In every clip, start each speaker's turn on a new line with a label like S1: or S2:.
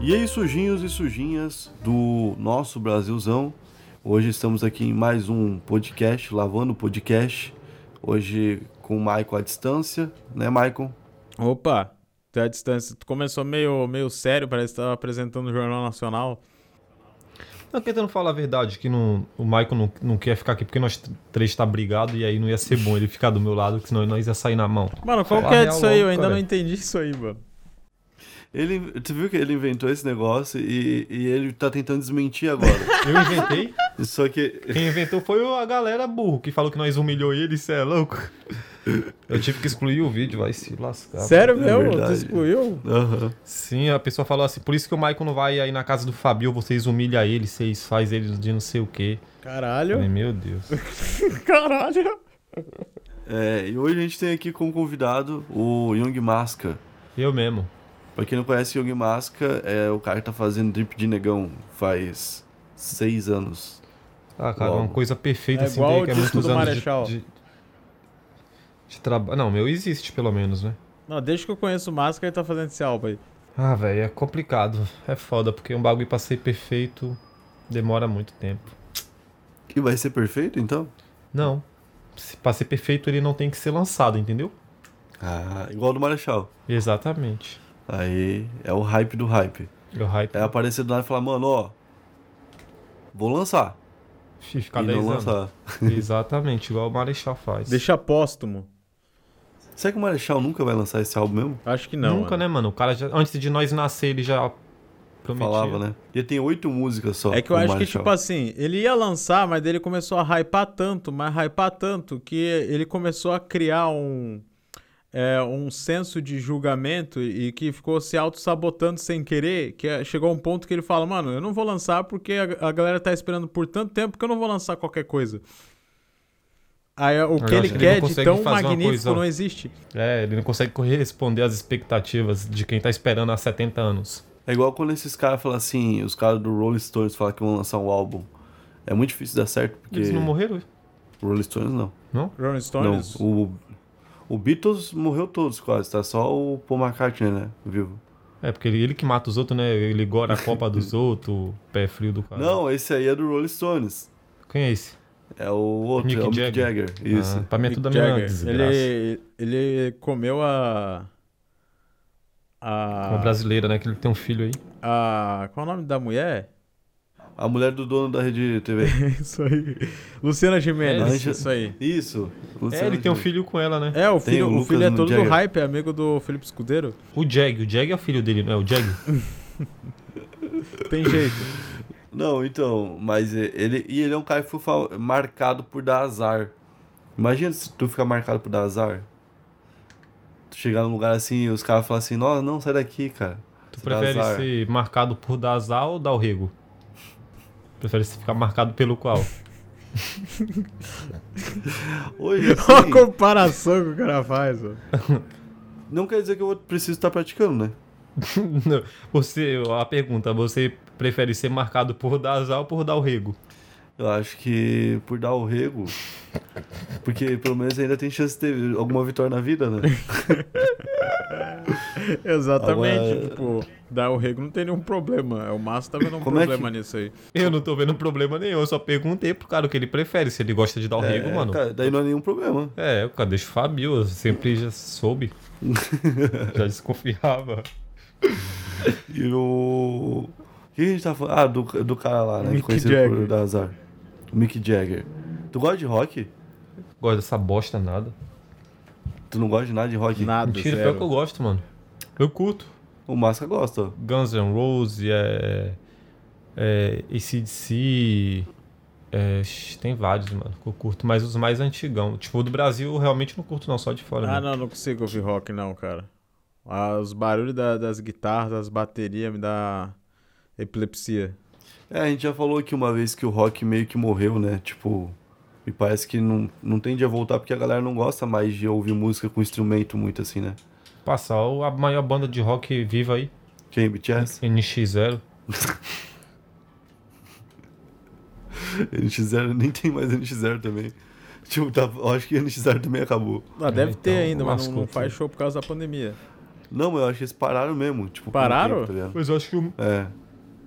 S1: E aí, sujinhos e sujinhas do nosso Brasilzão. Hoje estamos aqui em mais um podcast, Lavando Podcast. Hoje com o Maicon à distância, né, Maicon?
S2: Opa, tu é à distância. Tu começou meio, meio sério, parece que tava apresentando o Jornal Nacional.
S3: Não, tentando falar a verdade, que não, o Maicon não, não quer ficar aqui porque nós três tá brigado e aí não ia ser bom ele ficar do meu lado, que senão nós ia sair na mão.
S2: Mano, qual
S3: Fala
S2: que
S3: a
S2: é
S3: real
S2: disso aí? Eu
S3: logo,
S2: ainda
S3: cara.
S2: não entendi isso aí, mano.
S1: Ele, tu viu que ele inventou esse negócio e, e ele tá tentando desmentir agora.
S3: Eu inventei?
S1: Só que
S3: Quem inventou foi a galera burro que falou que nós humilhou ele, cê é louco? Eu tive que excluir o vídeo, vai se lascar.
S2: Sério
S1: é
S2: mesmo? Tu
S1: verdade.
S2: excluiu?
S1: Aham.
S3: Sim, a pessoa falou assim, por isso que o Maicon não vai aí na casa do Fabio, vocês humilham ele, vocês fazem ele de não sei o quê. Eu falei,
S2: Caralho.
S3: meu Deus.
S2: Caralho.
S1: É, e hoje a gente tem aqui como convidado o Young Masca.
S3: Eu mesmo.
S1: Pra quem não conhece Young Masca, é o cara que tá fazendo drip de negão faz seis anos.
S3: Ah, cara,
S1: Logo.
S3: uma coisa perfeita
S2: É
S3: assim,
S2: igual
S3: que-
S2: o
S3: que é
S2: disco
S3: muitos
S2: do
S3: anos
S2: Marechal.
S3: de, de, de trabalho. Não, meu existe pelo menos, né?
S2: Não, desde que eu conheço o Máscara, ele tá fazendo esse álbum aí.
S3: Ah, velho, é complicado. É foda, porque um bagulho pra ser perfeito demora muito tempo.
S1: E vai ser perfeito, então?
S3: Não. Se, pra ser perfeito, ele não tem que ser lançado, entendeu?
S1: Ah, igual do Marechal.
S3: Exatamente.
S1: Aí é o hype do hype.
S3: Eu hype.
S1: É aparecer do nada e falar, mano, ó, vou lançar.
S3: Fih, Ficar
S1: e
S3: 10
S1: não
S3: anos.
S1: lançar.
S3: Exatamente, igual o Marechal faz.
S2: Deixa póstumo.
S1: Será que o Marechal nunca vai lançar esse álbum mesmo?
S2: Acho que não.
S3: Nunca, né, mano? O cara já, antes de nós nascer, ele já prometia.
S1: Falava, né? E tem oito músicas só.
S2: É que eu
S1: o
S2: acho que,
S1: Marechal.
S2: tipo assim, ele ia lançar, mas daí ele começou a hypar tanto, mas hypar tanto, que ele começou a criar um, é, um senso de julgamento e que ficou se auto-sabotando sem querer, que é- chegou a um ponto que ele fala, mano, eu não vou lançar porque a, a galera tá esperando por tanto tempo que eu não vou lançar qualquer coisa. Aí o que
S3: acho
S2: ele
S3: que ele
S2: quer
S3: não
S2: de
S3: consegue
S2: tão
S3: fazer uma
S2: magnífico
S3: coisa-
S2: não existe.
S3: É, ele não consegue corresponder às expectativas de quem tá esperando há 70 anos.
S1: É igual quando esses caras falam assim, os caras do Rolling Stones falam que vão lançar um álbum. É muito difícil dar certo, porque.
S3: Eles não morreram?
S1: Rolling Stones não.
S2: Rolling Stones,
S1: Não, o, o Beatles morreu todos quase, tá? Só o Paul McCartney, né? Vivo.
S3: É, porque ele, ele que mata os outros, né? Ele gora a copa dos outros, pé frio do
S2: Ah.
S3: cara.
S1: Não, esse aí é do Rolling Stones.
S3: Quem é esse?
S1: É o outro,
S3: Mick
S1: é o Mick
S3: Jagger.
S1: Jagger. Isso.
S3: Ah, pra mim é
S2: Mick
S3: tudo a mesma
S2: Jagger,
S3: desgraça.
S2: ele, é ele comeu a...
S3: Uma
S2: A...
S3: brasileira, né? Que ele tem um filho aí.
S2: a. Qual é o nome da mulher? Ah.
S1: A mulher do dono da rede TV.
S2: isso aí. Luciana Gimenez.
S1: É, Anja-
S2: Isso aí.
S1: Isso.
S3: É, ele tem um filho com ela, né?
S2: É, o
S1: Tem
S2: filho,
S1: o
S2: o
S1: Lucas
S2: filho é
S1: no
S2: todo do
S1: Jagger.
S2: hype, é amigo do Felipe Escudeiro.
S3: O Jag, o Jag é o filho dele, não é? O Jag?
S2: Tem jeito.
S1: Não, então, mas e- ele. E ele é um cara que foi fa- marcado por dar azar. Imagina se tu ficar marcado por dar azar. Tu chegar num lugar assim e os caras falam assim, nossa, não, sai daqui, cara.
S3: Tu
S1: Você dá
S3: prefere
S1: azar."
S3: ser marcado por Dazal ou Dalrego? Prefere se ficar marcado pelo qual?
S1: Hoje,
S2: Olha a
S1: assim,
S2: comparação que o cara faz, mano.
S1: não quer dizer que eu vou- preciso estar praticando, né?
S3: Não, você, a pergunta, você prefere ser marcado por Dazal ou por Dalrego?
S1: Eu acho que por dar o rego. Porque pelo menos ainda tem chance de ter alguma vitória na vida, né?
S2: Exatamente.
S1: Agora-
S2: Tipo, dar o rego não tem nenhum problema. O Márcio tá vendo um
S1: Como é
S2: problema nisso aí.
S3: Eu não tô vendo problema nenhum, eu só perguntei pro cara o que ele prefere, se ele gosta de Dalrego,
S1: É,
S3: mano.
S1: cara, daí não é nenhum problema.
S3: É, eu cara, deixa o Fabio, eu sempre já soube. já desconfiava.
S1: E o. O que a gente tá falando? Ah, do, do cara lá, né?
S2: Mick
S1: Conhecido
S2: Jagger.
S1: por dar azar. O Mick Jagger. Tu gosta de rock?
S3: Gosto dessa bosta nada.
S1: Tu não gosta de nada de rock?
S2: Nada,
S3: Mentira, pior que eu
S2: zero.
S3: gosto, mano. Eu curto.
S1: O Masca gosta. ó.
S3: Guns N' Roses, é. É. ACDC. É, sh- tem vários, mano, que eu curto, mas os mais antigão. Tipo, o do Brasil eu realmente não curto, não, só de fora. né?
S2: Ah,
S3: mesmo.
S2: não, não consigo ouvir rock, não, cara. Ah, os barulhos da- das guitarras, das baterias me dá epilepsia.
S1: É, a gente já falou aqui uma vez que o rock meio que morreu, né? Tipo. Me parece que não, não tende a voltar porque a galera não gosta mais de ouvir música com instrumento muito assim, né?
S3: Passar o- a maior banda de rock viva aí,
S1: Quem? BTS?
S3: NX0.
S1: NX0, nem tem mais NX0 também. Tipo, tá, eu acho que NX0 também acabou.
S2: Ah, deve ter
S3: então,
S2: ainda, mas não- não
S3: lascou
S2: faz
S3: tudo.
S2: show por causa da pandemia.
S1: Não, mas eu acho que eles pararam mesmo. Tipo, com o
S2: Pararam?
S1: tempo, tá ligado?
S3: Mas eu acho que o,
S1: é.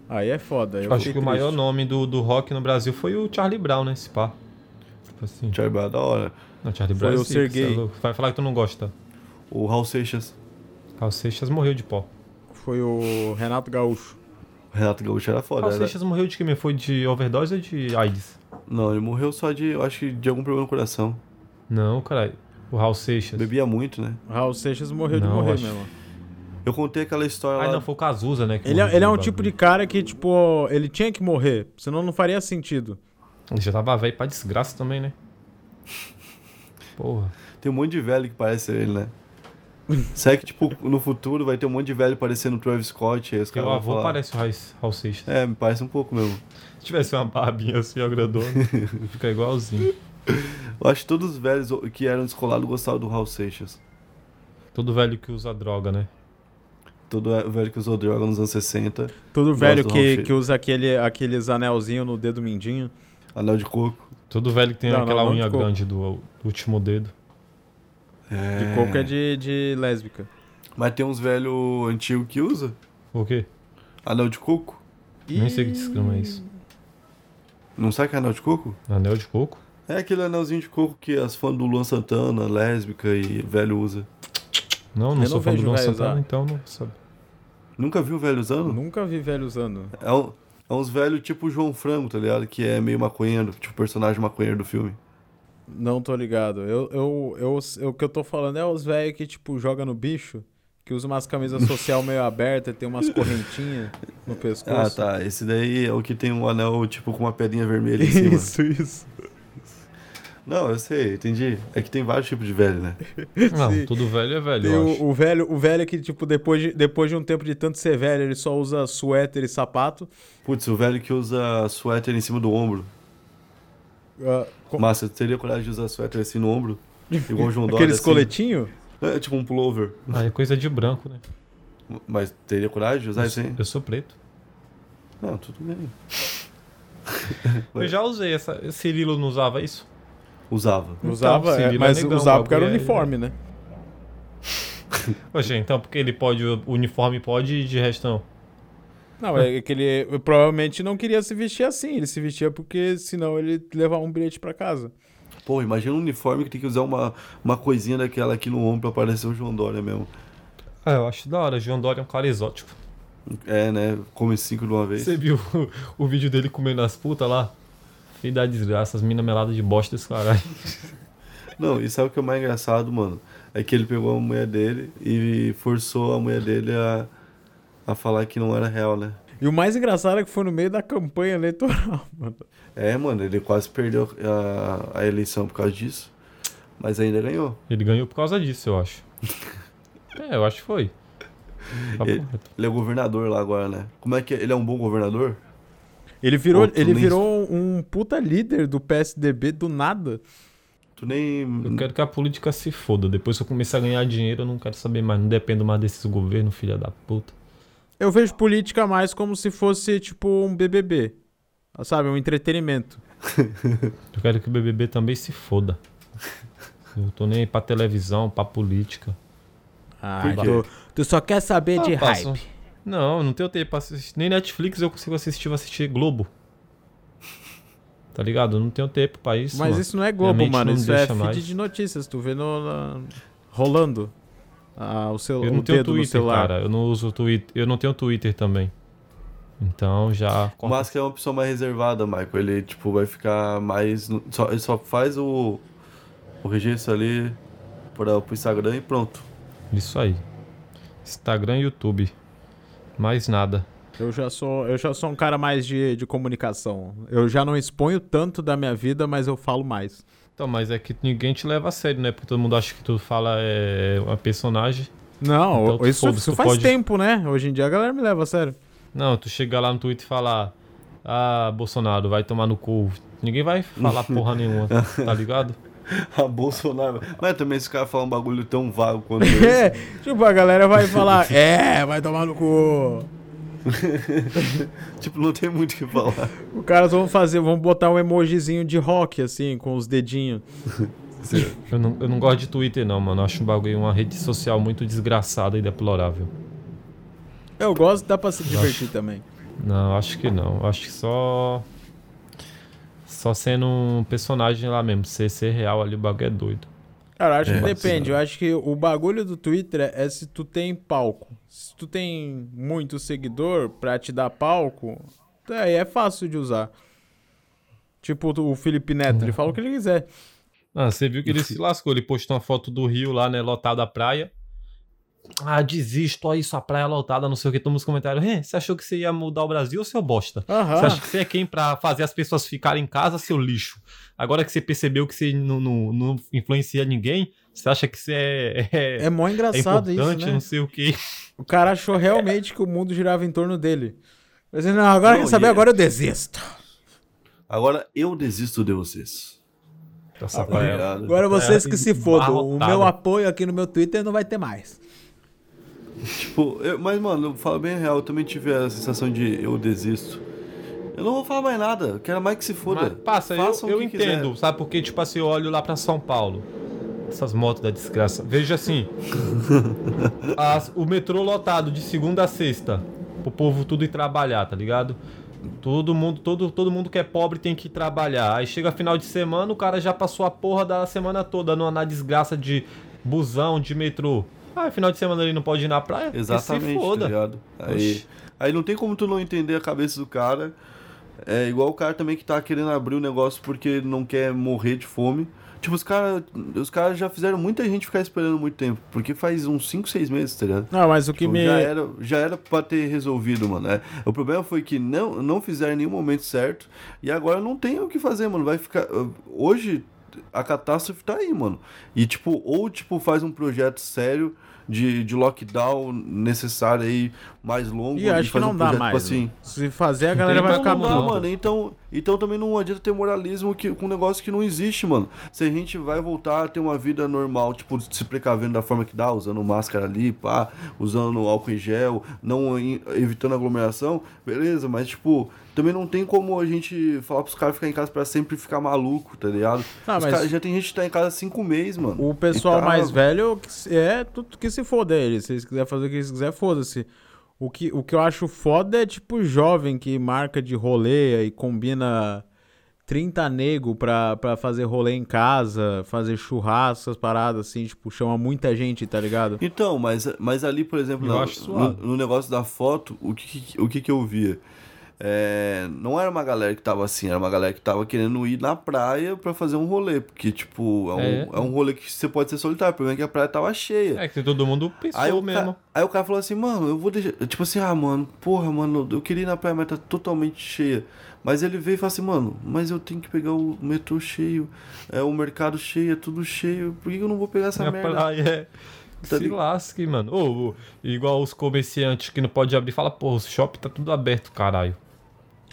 S2: Aí é foda. eu
S3: acho que
S2: fiquei
S3: o maior
S2: triste.
S3: nome do, do rock no Brasil foi o Charlie Brown, né? Esse pá. Tipo assim.
S1: Charlie Brown é da hora.
S3: Não, Charlie
S2: Foi
S3: Brown é
S2: o
S3: zica, cê é
S2: Serguei.
S3: louco. Vai falar que tu não gosta.
S1: O Raul Seixas.
S3: Raul Seixas morreu de pó.
S2: Foi o Renato Gaúcho.
S1: O Renato Gaúcho era foda. né?
S3: Raul
S1: Era...
S3: Seixas morreu de que? mesmo? Foi de overdose ou de AIDS?
S1: Não, ele morreu só de. Eu acho que de algum problema no coração.
S3: Não, caralho. O Raul Seixas.
S1: Bebia muito, né?
S2: O Raul Seixas morreu de
S3: Não,
S2: morrer
S3: acho-
S2: mesmo.
S1: Eu contei aquela história
S3: Ah,
S1: lá.
S3: não, foi o Cazuza, né? que
S2: Ele é,
S3: morreu
S2: ele é
S3: do
S2: um tipo de
S3: bagulho.
S2: cara que, tipo, ele tinha que morrer, senão não faria sentido.
S3: Ele já tava velho pra desgraça também, né? Porra.
S1: Tem um monte de velho que parece ele, né? Será que, tipo, no futuro vai ter um monte de velho parecendo o Travis Scott? Aí os
S3: Teu
S1: caras vão
S3: avô
S1: falar.
S3: parece o Raul, Raul Seixas.
S1: É, me parece um pouco mesmo.
S3: Se tivesse uma barbinha assim, ó, grandona, fica igualzinho.
S1: Eu acho que todos os velhos que eram descolados gostavam do Raul Seixas.
S3: Todo velho que usa droga, né?
S1: Todo é, velho que usou droga nos anos 60,
S2: Todo
S1: Gosto
S2: velho
S1: do Raul
S2: que,
S1: Seixas.
S2: que usa aquele, aqueles anelzinho no dedo mindinho.
S1: anel de coco.
S3: Todo velho que tem
S2: Não, não,
S3: aquela
S2: não
S3: unha
S2: de coco.
S3: grande do, do último dedo.
S1: É.
S2: De coco é de, de lésbica.
S1: Mas tem uns velhos antigos que usa
S3: O quê?
S1: anel de coco.
S3: Nem sei que desgrama é isso.
S1: Não sabe que é anel de coco?
S3: Anel de coco?
S1: É aquele anelzinho de coco que as fãs do Luan Santana, lésbica e velho usa.
S3: Não, não
S2: Eu
S3: sou
S2: não
S3: fã do
S2: vejo
S3: Luan
S2: velho
S3: Santana,
S2: usar.
S3: então não sabe.
S1: Nunca viu velho usando?
S2: Nunca vi velho usando.
S1: É, um- é uns velhos tipo João Frango, tá ligado? Que é meio maconheiro, tipo personagem maconheiro do filme.
S2: Não tô ligado. Eu, eu, eu, eu- o que eu tô falando é os velhos que, tipo, joga no bicho, que usa umas camisas social meio aberta, tem umas correntinhas no pescoço.
S1: Ah, tá. Esse daí é o que tem um anel, tipo, com uma pedrinha vermelha em cima.
S2: Isso, isso.
S1: Não, eu sei, entendi. É que tem vários tipos de velho, né?
S3: Não,
S2: Sim.
S3: todo velho é velho,
S2: Tem
S3: eu acho.
S2: o, o velho, o velho que, tipo, depois de, depois de um tempo de tanto ser velho, ele só usa suéter e sapato.
S1: Putz, o velho que usa suéter em cima do ombro.
S2: Ah, com-
S1: Massa, eu teria coragem de usar suéter assim no ombro? Igual o João Dória.
S2: aqueles
S1: assim.
S2: coletinhos?
S1: É tipo um pullover.
S3: Ah, é coisa de branco, né?
S1: Mas teria coragem de usar isso aí?
S3: Eu sou preto.
S1: Não, tudo bem.
S3: Eu já usei essa. Cirilo não usava isso?
S1: Usava.
S2: Usava, é,
S3: Cirilo é
S2: mas
S3: negão,
S2: usava porque era
S3: bagulho é-
S2: uniforme, né?
S3: Poxa, então porque ele pode, o uniforme pode e de resto não.
S2: Não, é que ele provavelmente não queria se vestir assim. Ele se vestia porque senão ele levava um bilhete pra casa.
S1: Pô, imagina um uniforme que tem que usar uma, uma coisinha daquela aqui no ombro pra parecer o João Dória mesmo.
S3: Ah, eu acho da hora. João Dória é um cara exótico.
S1: É, né? Come cinco de uma vez.
S3: Você viu o, o vídeo dele comendo as putas lá? Filho da desgraça, as minas meladas de bosta desse caralho.
S1: Não, e sabe o que é mais engraçado, mano? É que ele pegou a mulher dele e forçou a mulher dele a, a falar que não era real, né?
S2: E o mais engraçado é que foi no meio da campanha eleitoral, mano.
S1: É, mano, ele quase perdeu a, a eleição por causa disso, mas ainda ganhou.
S3: Ele ganhou por causa disso, eu acho. É, eu acho que foi. Tá Papo
S1: Ele-
S3: reto.
S1: Ele é governador lá agora, né? Como é que é? Ele é um bom governador?
S2: Ele virou,
S1: Outro
S2: ele
S1: nem-
S2: virou um puta líder do PSDB do nada.
S1: Tu nem.
S3: Eu quero que a política se foda. Depois que eu começar a ganhar dinheiro, eu não quero saber mais. Não dependo mais desses governos, filha da puta.
S2: Eu vejo política mais como se fosse, tipo, um BBB. Sabe, um entretenimento.
S3: Eu quero que o BBB também se foda. Eu tô nem aí pra televisão, pra política.
S2: Ah,
S1: Por quê?
S2: tu, tu só quer saber de
S3: Ah,
S2: hype.
S3: passa. Não, não tenho tempo pra assistir. Nem Netflix eu consigo assistir, vou assistir Globo. Tá ligado? Eu não tenho tempo pra isso.
S2: Mas
S3: mano.
S2: isso não é
S3: Minha
S2: Globo,
S3: mente
S2: mano.
S3: não
S2: Isso é
S3: deixa
S2: feed
S3: mais.
S2: de notícias. Tu vê no, na- rolando ah, o, seu,
S3: Eu não
S2: o
S3: tenho
S2: dedo no
S3: Twitter,
S2: celular.
S3: cara. Eu não uso Twitter. Eu não tenho Twitter também. Então já.
S1: O Musk é uma pessoa mais reservada, Michael. Ele, tipo, vai ficar mais. no- Só, ele só faz o, o registro ali para, pro Instagram e pronto.
S3: Isso aí. Instagram e YouTube. Mais nada.
S2: Eu, já sou, eu já sou um cara mais de, de comunicação. Eu já não exponho tanto da minha vida, mas eu falo mais.
S3: Então, mas é que ninguém te leva a sério, né? Porque todo mundo acha que tu fala é uma personagem.
S2: Não,
S3: Então,
S2: isso,
S3: foda-se,
S2: isso
S3: tu
S2: faz
S3: pode-
S2: tempo, né? Hoje em dia a galera me leva a sério.
S3: Não, tu chegar lá no Twitter e falar. Ah, Bolsonaro, vai tomar no cu. Ninguém vai falar porra nenhuma, tá ligado?
S1: A Bolsonaro. Mas também se o cara falar um bagulho tão vago quanto esse.
S2: É, tipo, a galera vai falar, é, vai tomar no cu.
S1: tipo, não tem muito o que falar.
S2: Os caras vão fazer, vão botar um emojizinho de rock, assim, com os dedinhos.
S1: Você-
S3: Eu não, eu não gosto de Twitter, não, mano. Eu acho um bagulho uma rede social muito desgraçada e deplorável.
S2: Eu gosto, dá pra se divertir também.
S3: Não, acho que não. Acho que só. Só sendo um personagem lá mesmo. Ser, ser real ali, o bagulho é doido.
S2: Cara, acho
S1: É,
S2: que
S1: mas
S2: depende. Eu acho que o bagulho do Twitter é se tu tem palco. Se tu tem muito seguidor pra te dar palco, aí é fácil de usar. Tipo tu- o Felipe Neto, ele fala o que ele quiser.
S3: Ah, você viu que ele se lascou. Ele postou uma foto do Rio lá, né? Lotada a praia. Ah, desisto. Olha isso, a praia lotada, não sei o que. Toma nos comentários. "Hein, Você achou que você ia mudar o Brasil, seu bosta? Você
S2: Aham.
S3: acha que você é quem pra fazer as pessoas ficarem em casa, seu lixo? Agora que você percebeu que você não, não- não influencia ninguém, você acha que você é, é,
S2: É mó
S3: é
S2: engraçado isso,
S3: importante,
S2: né?
S3: não sei o que.
S2: O cara achou realmente que o mundo girava em torno dele. Mas ele, não, agora
S1: Não,
S2: quer saber,
S1: e- é
S2: agora eu desisto.
S1: Agora eu desisto de vocês. Tá
S3: Essa praia.
S1: Obrigado.
S2: Agora vocês
S1: É,
S2: que se fodam. O
S3: Barrotada.
S2: meu apoio aqui no meu Twitter não vai ter mais.
S1: Tipo, eu- mas mano, eu falo bem a real, eu também tive a sensação de eu desisto. Eu não vou falar mais nada, eu quero mais que se foda.
S3: Mas, passa, eu,
S1: Façam o
S3: eu
S1: que
S3: entendo,
S1: quiser.
S3: sabe? Porque, tipo assim, eu olho lá pra São Paulo. Essas motos da desgraça. Veja assim: as- o metrô lotado de segunda a sexta. Pro povo tudo ir trabalhar, tá ligado? Todo mundo, todo, todo mundo que é pobre tem que ir trabalhar. Aí chega final de semana, o cara já passou a porra da semana toda numa, na desgraça de busão, de metrô. Ah, final de semana ele não pode ir na praia? Que Se
S1: Exatamente, tá
S3: foda.
S1: ligado? Aí,
S3: Oxi.
S1: aí não tem como tu não entender a cabeça do cara. É igual o cara também que tá querendo abrir um negócio porque não quer morrer de fome. Tipo, os caras os cara já fizeram muita gente ficar esperando muito tempo. Porque faz uns 5, 6 meses, tá ligado?
S2: Não, mas o que
S1: Tipo,
S2: me.
S1: já, era, já era pra ter resolvido, mano. É, o problema foi que não, não fizeram em nenhum momento certo. E agora não tem o que fazer, mano. Vai ficar. ah, Hoje a catástrofe tá aí, mano. E tipo, ou tipo, faz um projeto sério de, de lockdown necessário aí, mais longo.
S2: E acho que
S1: faz
S2: não
S1: um
S2: dá
S1: projeto,
S2: mais.
S1: tipo assim.
S2: né? Se fazer, a galera vai
S3: mais
S2: ficar
S1: Não dá,
S3: como,
S2: puta.
S1: mano. Então, então também não adianta ter moralismo que, com um negócio que não existe, mano. Se a gente vai voltar a ter uma vida normal, tipo, se precavendo da forma que dá, usando máscara ali, pá, usando álcool em gel, não em- evitando aglomeração, beleza, mas tipo, também não tem como a gente falar pros caras ficar em casa pra sempre e ficar maluco, tá ligado?
S2: Ah,
S1: Os
S2: mas-
S1: caras- já tem gente que tá em casa há cinco meses, mano.
S2: O
S1: E
S2: pessoal
S1: tá-
S2: mais velho que se- é tudo que se foda ele. Se eles quiserem fazer o que eles quiserem, foda-se. O que, o que eu acho foda é tipo jovem que marca de rolê e combina 30 nego pra, pra fazer rolê em casa, fazer churrasco, essas paradas assim, tipo, chama muita gente, tá ligado?
S1: Então, mas, mas ali, por exemplo,
S3: Eu
S1: na-
S3: acho
S1: no,
S3: suave.
S1: no negócio da foto, o que, que- o que, que eu via? É, não era uma galera que tava assim, era uma galera que tava querendo ir na praia pra fazer um rolê. Porque, tipo, é um,
S3: É.
S1: é. um rolê que você pode ser solitário. O problema é que a praia tava cheia.
S3: É que todo mundo pensou
S1: Aí o, ca-
S3: mesmo.
S1: aí o cara falou assim, mano, eu vou deixar. Tipo assim, ah, mano, porra, mano, eu queria ir na praia, mas tá totalmente cheia. Mas ele veio e falou assim, mano, mas eu tenho que pegar o metrô cheio, é, o mercado cheio, é tudo cheio. Por que que eu não vou pegar essa
S3: Na
S1: merda?
S3: praia. é
S1: Tá
S3: Se
S1: ligado?
S3: lasque, mano. Ou, ou, igual os comerciantes que não pode abrir, fala, pô, o shopping tá tudo aberto, caralho.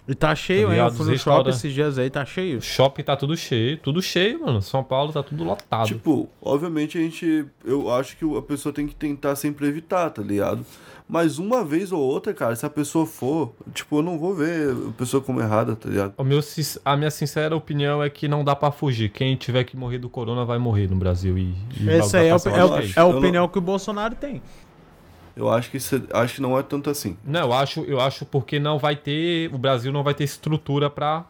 S2: E tá cheio,
S3: Tá
S2: hein? Eu fui
S3: ligado? Os
S2: no shopping
S3: restaurantes.
S2: esses dias aí, tá cheio.
S3: O shopping tá tudo cheio, tudo cheio, mano. São Paulo tá tudo lotado.
S1: Tipo, obviamente a gente. Eu acho que a pessoa tem que tentar sempre evitar, tá ligado? Mas uma vez ou outra, cara, se a pessoa for, tipo, eu não vou ver a pessoa como errada, tá ligado?
S3: O meu, sin- a minha sincera opinião é que não dá pra fugir. Quem tiver que morrer do corona vai morrer no Brasil. E, e
S2: Essa
S3: vai
S2: aí é, a
S3: passar
S2: opi- é
S1: eu
S3: mal.
S2: a-
S1: acho.
S2: é a
S1: Eu não-
S2: opinião que o Bolsonaro tem.
S1: Eu acho que, isso- acho que não é tanto assim.
S3: Não, eu acho, eu acho porque não vai ter. O Brasil não vai ter estrutura pra.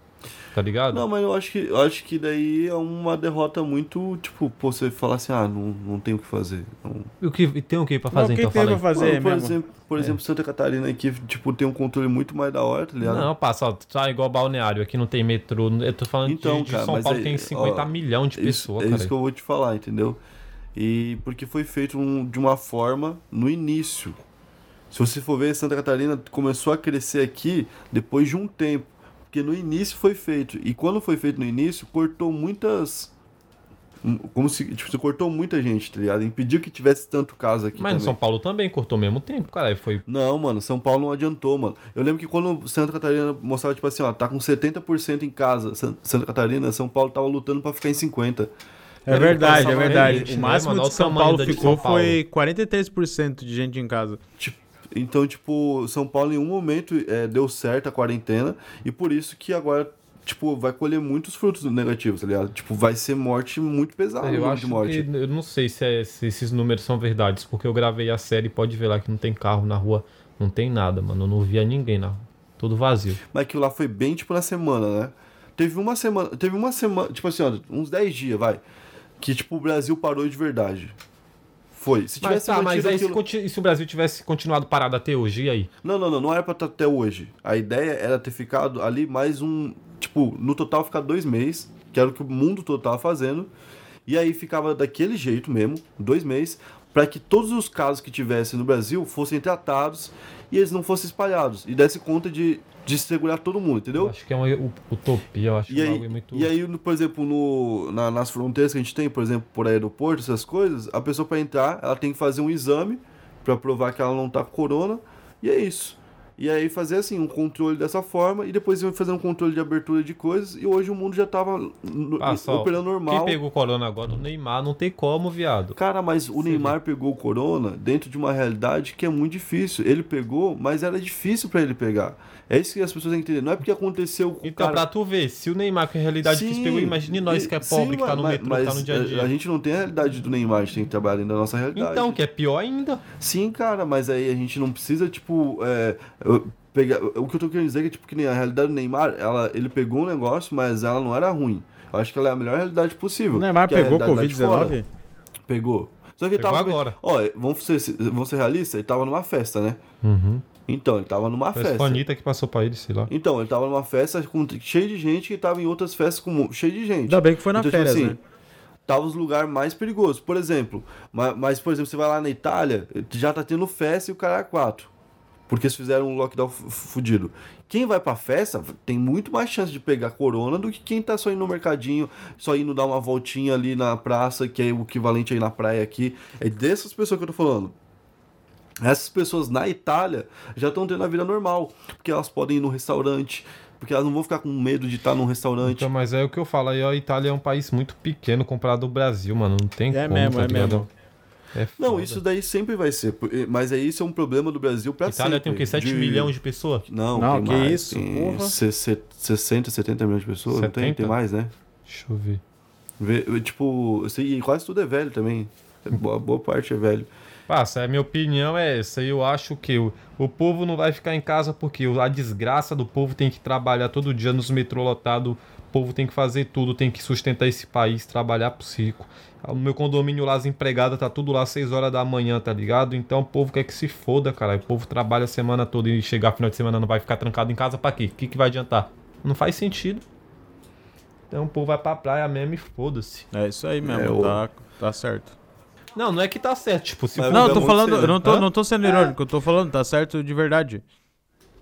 S3: Tá ligado?
S1: Não, mas eu acho que, eu acho que daí é uma derrota muito, tipo, pô, você falar assim, ah, não, não tem o que fazer. Não,
S3: E o que, e tem o que pra fazer
S2: não,
S3: então?
S2: quem tem
S3: Fala
S2: pra
S3: aí.
S1: Mano,
S2: fazer
S1: por
S2: mesmo? É.
S1: exemplo, por exemplo, Santa Catarina aqui, tipo, tem um controle muito mais da hora, tá ligado?
S3: Não, passa, ó, tá igual balneário, aqui não tem metrô. Eu tô falando de-
S1: Então,
S3: de,
S1: cara,
S3: São
S1: mas
S3: Paulo
S1: aí,
S3: tem 50
S1: ó,
S3: milhões de
S1: Isso-
S3: pessoas,
S1: é
S3: cara.
S1: isso que eu vou te falar, entendeu? E porque foi feito um- de uma forma no início. Se você for ver, Santa Catarina começou a crescer aqui depois de um tempo. Porque no início foi feito. E quando foi feito no início, cortou muitas. um, Como se. Tipo, você cortou muita gente, tá ligado? Impediu que tivesse tanto caso aqui.
S3: Mas no
S1: também.
S3: São Paulo também cortou o mesmo tempo, cara. Foi
S1: Não, mano, São Paulo não adiantou, mano. Eu lembro que quando Santa Catarina mostrava, tipo assim, ó, tá com 70% em casa, San- Santa Catarina, São Paulo tava lutando pra ficar em 50%.
S2: É
S3: Ele
S2: verdade, é
S3: passava
S2: verdade.
S3: realmente,
S2: O
S3: né,
S2: máximo
S3: mano?
S2: de
S3: Olha o
S2: São
S3: tamanho
S2: Paulo
S3: da de
S2: ficou
S3: São Paulo.
S2: foi 43% de gente em casa.
S1: Tipo, é, Então, tipo, São Paulo em um momento eh, deu certo a quarentena e por isso que agora tipo, vai colher muitos frutos negativos, tá ligado? Tipo, vai ser morte muito pesada,
S3: É, Eu
S1: número
S3: acho
S1: Tá de morte.
S3: que. Eu não sei se, é- se esses números são verdades, porque eu gravei a série e pode ver lá que não tem carro na rua. Não tem nada, mano. Eu não via ninguém na rua. Tudo vazio.
S1: Mas aquilo lá foi bem, tipo, na semana, né? Teve uma semana, teve uma semana, tipo assim, ó, uns 10 dias, vai, que, tipo, o Brasil parou de verdade. Foi. Se
S3: Mas,
S1: tivesse
S3: tá, mas
S1: mantido
S3: aí se,
S1: aquilo...
S3: conti- e se o Brasil tivesse continuado parado até hoje, e aí?
S1: Não, não, não, não era pra estar até hoje. A ideia era ter ficado ali mais um. Tipo, no total ficar dois meses, que era o que o mundo todo tava fazendo. E aí ficava daquele jeito mesmo, dois meses, pra que todos os casos que tivessem no Brasil fossem tratados e eles não fossem espalhados. E desse conta de, de segurar todo mundo,
S3: Eu
S1: entendeu?
S3: acho que é uma u- utopia, eu acho
S1: E
S3: que é
S1: aí,
S3: algo muito.
S1: e aí, no- por exemplo, no, na- nas fronteiras que a gente tem, por exemplo, por aeroporto, essas coisas, a pessoa para entrar, ela tem que fazer um exame para provar que ela não tá com corona, e é isso. E aí fazer assim, um controle dessa forma, e depois iam fazer um controle de abertura de coisas, e hoje o mundo já tava no-
S3: Ah, só,
S1: operando normal.
S3: Quem pegou corona agora? O Neymar não tem como, viado.
S1: Cara, mas o
S3: Sim.
S1: Neymar pegou o corona dentro de uma realidade que é muito difícil. Ele pegou, mas era difícil para ele pegar. É isso que as pessoas têm que entender. Não é porque aconteceu com o
S3: Então,
S1: cara...
S3: pra tu ver, se o Neymar com a realidade
S1: Sim,
S3: que se pegou, imagine nós
S1: e-
S3: que é
S1: sim,
S3: pobre, que tá no
S1: mas-
S3: metrô,
S1: mas
S3: tá no dia a dia.
S1: gente não tem a realidade do Neymar, a gente tem que trabalhar dentro da nossa realidade.
S3: Então, que é pior ainda.
S1: Sim, cara, mas aí a gente não precisa, tipo, é, eu- pegar... O que eu tô querendo dizer é que, tipo, que nem a realidade do Neymar, ela, ele pegou um negócio, mas ela não era ruim. Eu acho que ela é a melhor realidade possível.
S2: O Neymar
S1: que é a
S2: pegou
S1: realidade lá de fora.
S2: Covid-19?
S1: Pegou. Só que ele
S3: Pegou
S1: tava...
S3: agora.
S1: Ó, vamos ser, vamos ser realistas, ele tava numa festa, né?
S3: Uhum.
S1: Então, ele tava numa
S3: Parece que
S1: festa.
S3: foi a Anitta que passou pra ele, sei lá.
S1: Então, ele tava numa festa com, cheio de gente que tava em outras festas com cheio de gente.
S2: Ainda bem que foi na
S1: Então, tipo
S2: férias,
S1: assim,
S2: né?
S1: Tava os lugares mais perigosos. Por exemplo, ma- mas, por exemplo, você vai lá na Itália, já tá tendo festa e o cara é quatro. Porque eles fizeram um lockdown fu- fudido. Quem vai pra festa tem muito mais chance de pegar corona do que quem tá só indo no mercadinho, só indo dar uma voltinha ali na praça, que é o equivalente aí na praia aqui. É dessas pessoas que eu tô falando. Essas pessoas na Itália já estão tendo a vida normal, porque elas podem ir no restaurante, porque elas não vão ficar com medo de estar num restaurante.
S3: Então, mas é o que eu falo aí, ó, a Itália é um país muito pequeno comparado ao Brasil, mano. Não tem
S2: É
S3: como.
S2: mesmo,
S3: tá
S2: é
S3: ligado?
S2: mesmo.
S3: É
S1: Não,
S3: foda.
S1: isso daí sempre vai ser. por- eh, Mas aí isso é um problema do Brasil pra sempre.
S3: Itália tem o quê? 7 milhões de pessoas?
S1: Não,
S2: Não,
S1: tem
S2: que
S1: mais.
S2: isso,
S1: tem
S2: porra.
S1: se- se- 60, 70 milhões de pessoas? Não tem?
S3: 70?
S1: Tem mais, né?
S3: Deixa eu ver.
S1: Vê- eh, tipo, assim, e quase tudo é velho também. É
S3: Uhum.
S1: Boa, boa parte é velho.
S3: Passa, a minha opinião é essa. Eu acho que o, o povo não vai ficar em casa porque o- a desgraça do povo tem que trabalhar todo dia nos metrô lotado. O povo tem que fazer tudo, tem que sustentar esse país, trabalhar pro circo. Ah, No meu condomínio lá, as empregadas tá tudo lá às 6 horas da manhã, tá ligado? Então o povo quer que se foda, cara. O povo trabalha a semana toda e chegar final de semana não vai ficar trancado em casa pra quê? O que, que vai adiantar? Não faz sentido. Então o povo vai pra praia mesmo e foda-se.
S2: É isso aí mesmo,
S1: É, o-
S2: tá, tá certo.
S3: Não, não é que tá certo. Tipo, se
S1: Mas
S3: o
S2: Não, eu tô
S1: muito
S2: falando,
S1: cedo.
S2: eu não tô,
S3: Hã?
S2: não tô sendo irônico, eu tô falando, tá certo de verdade.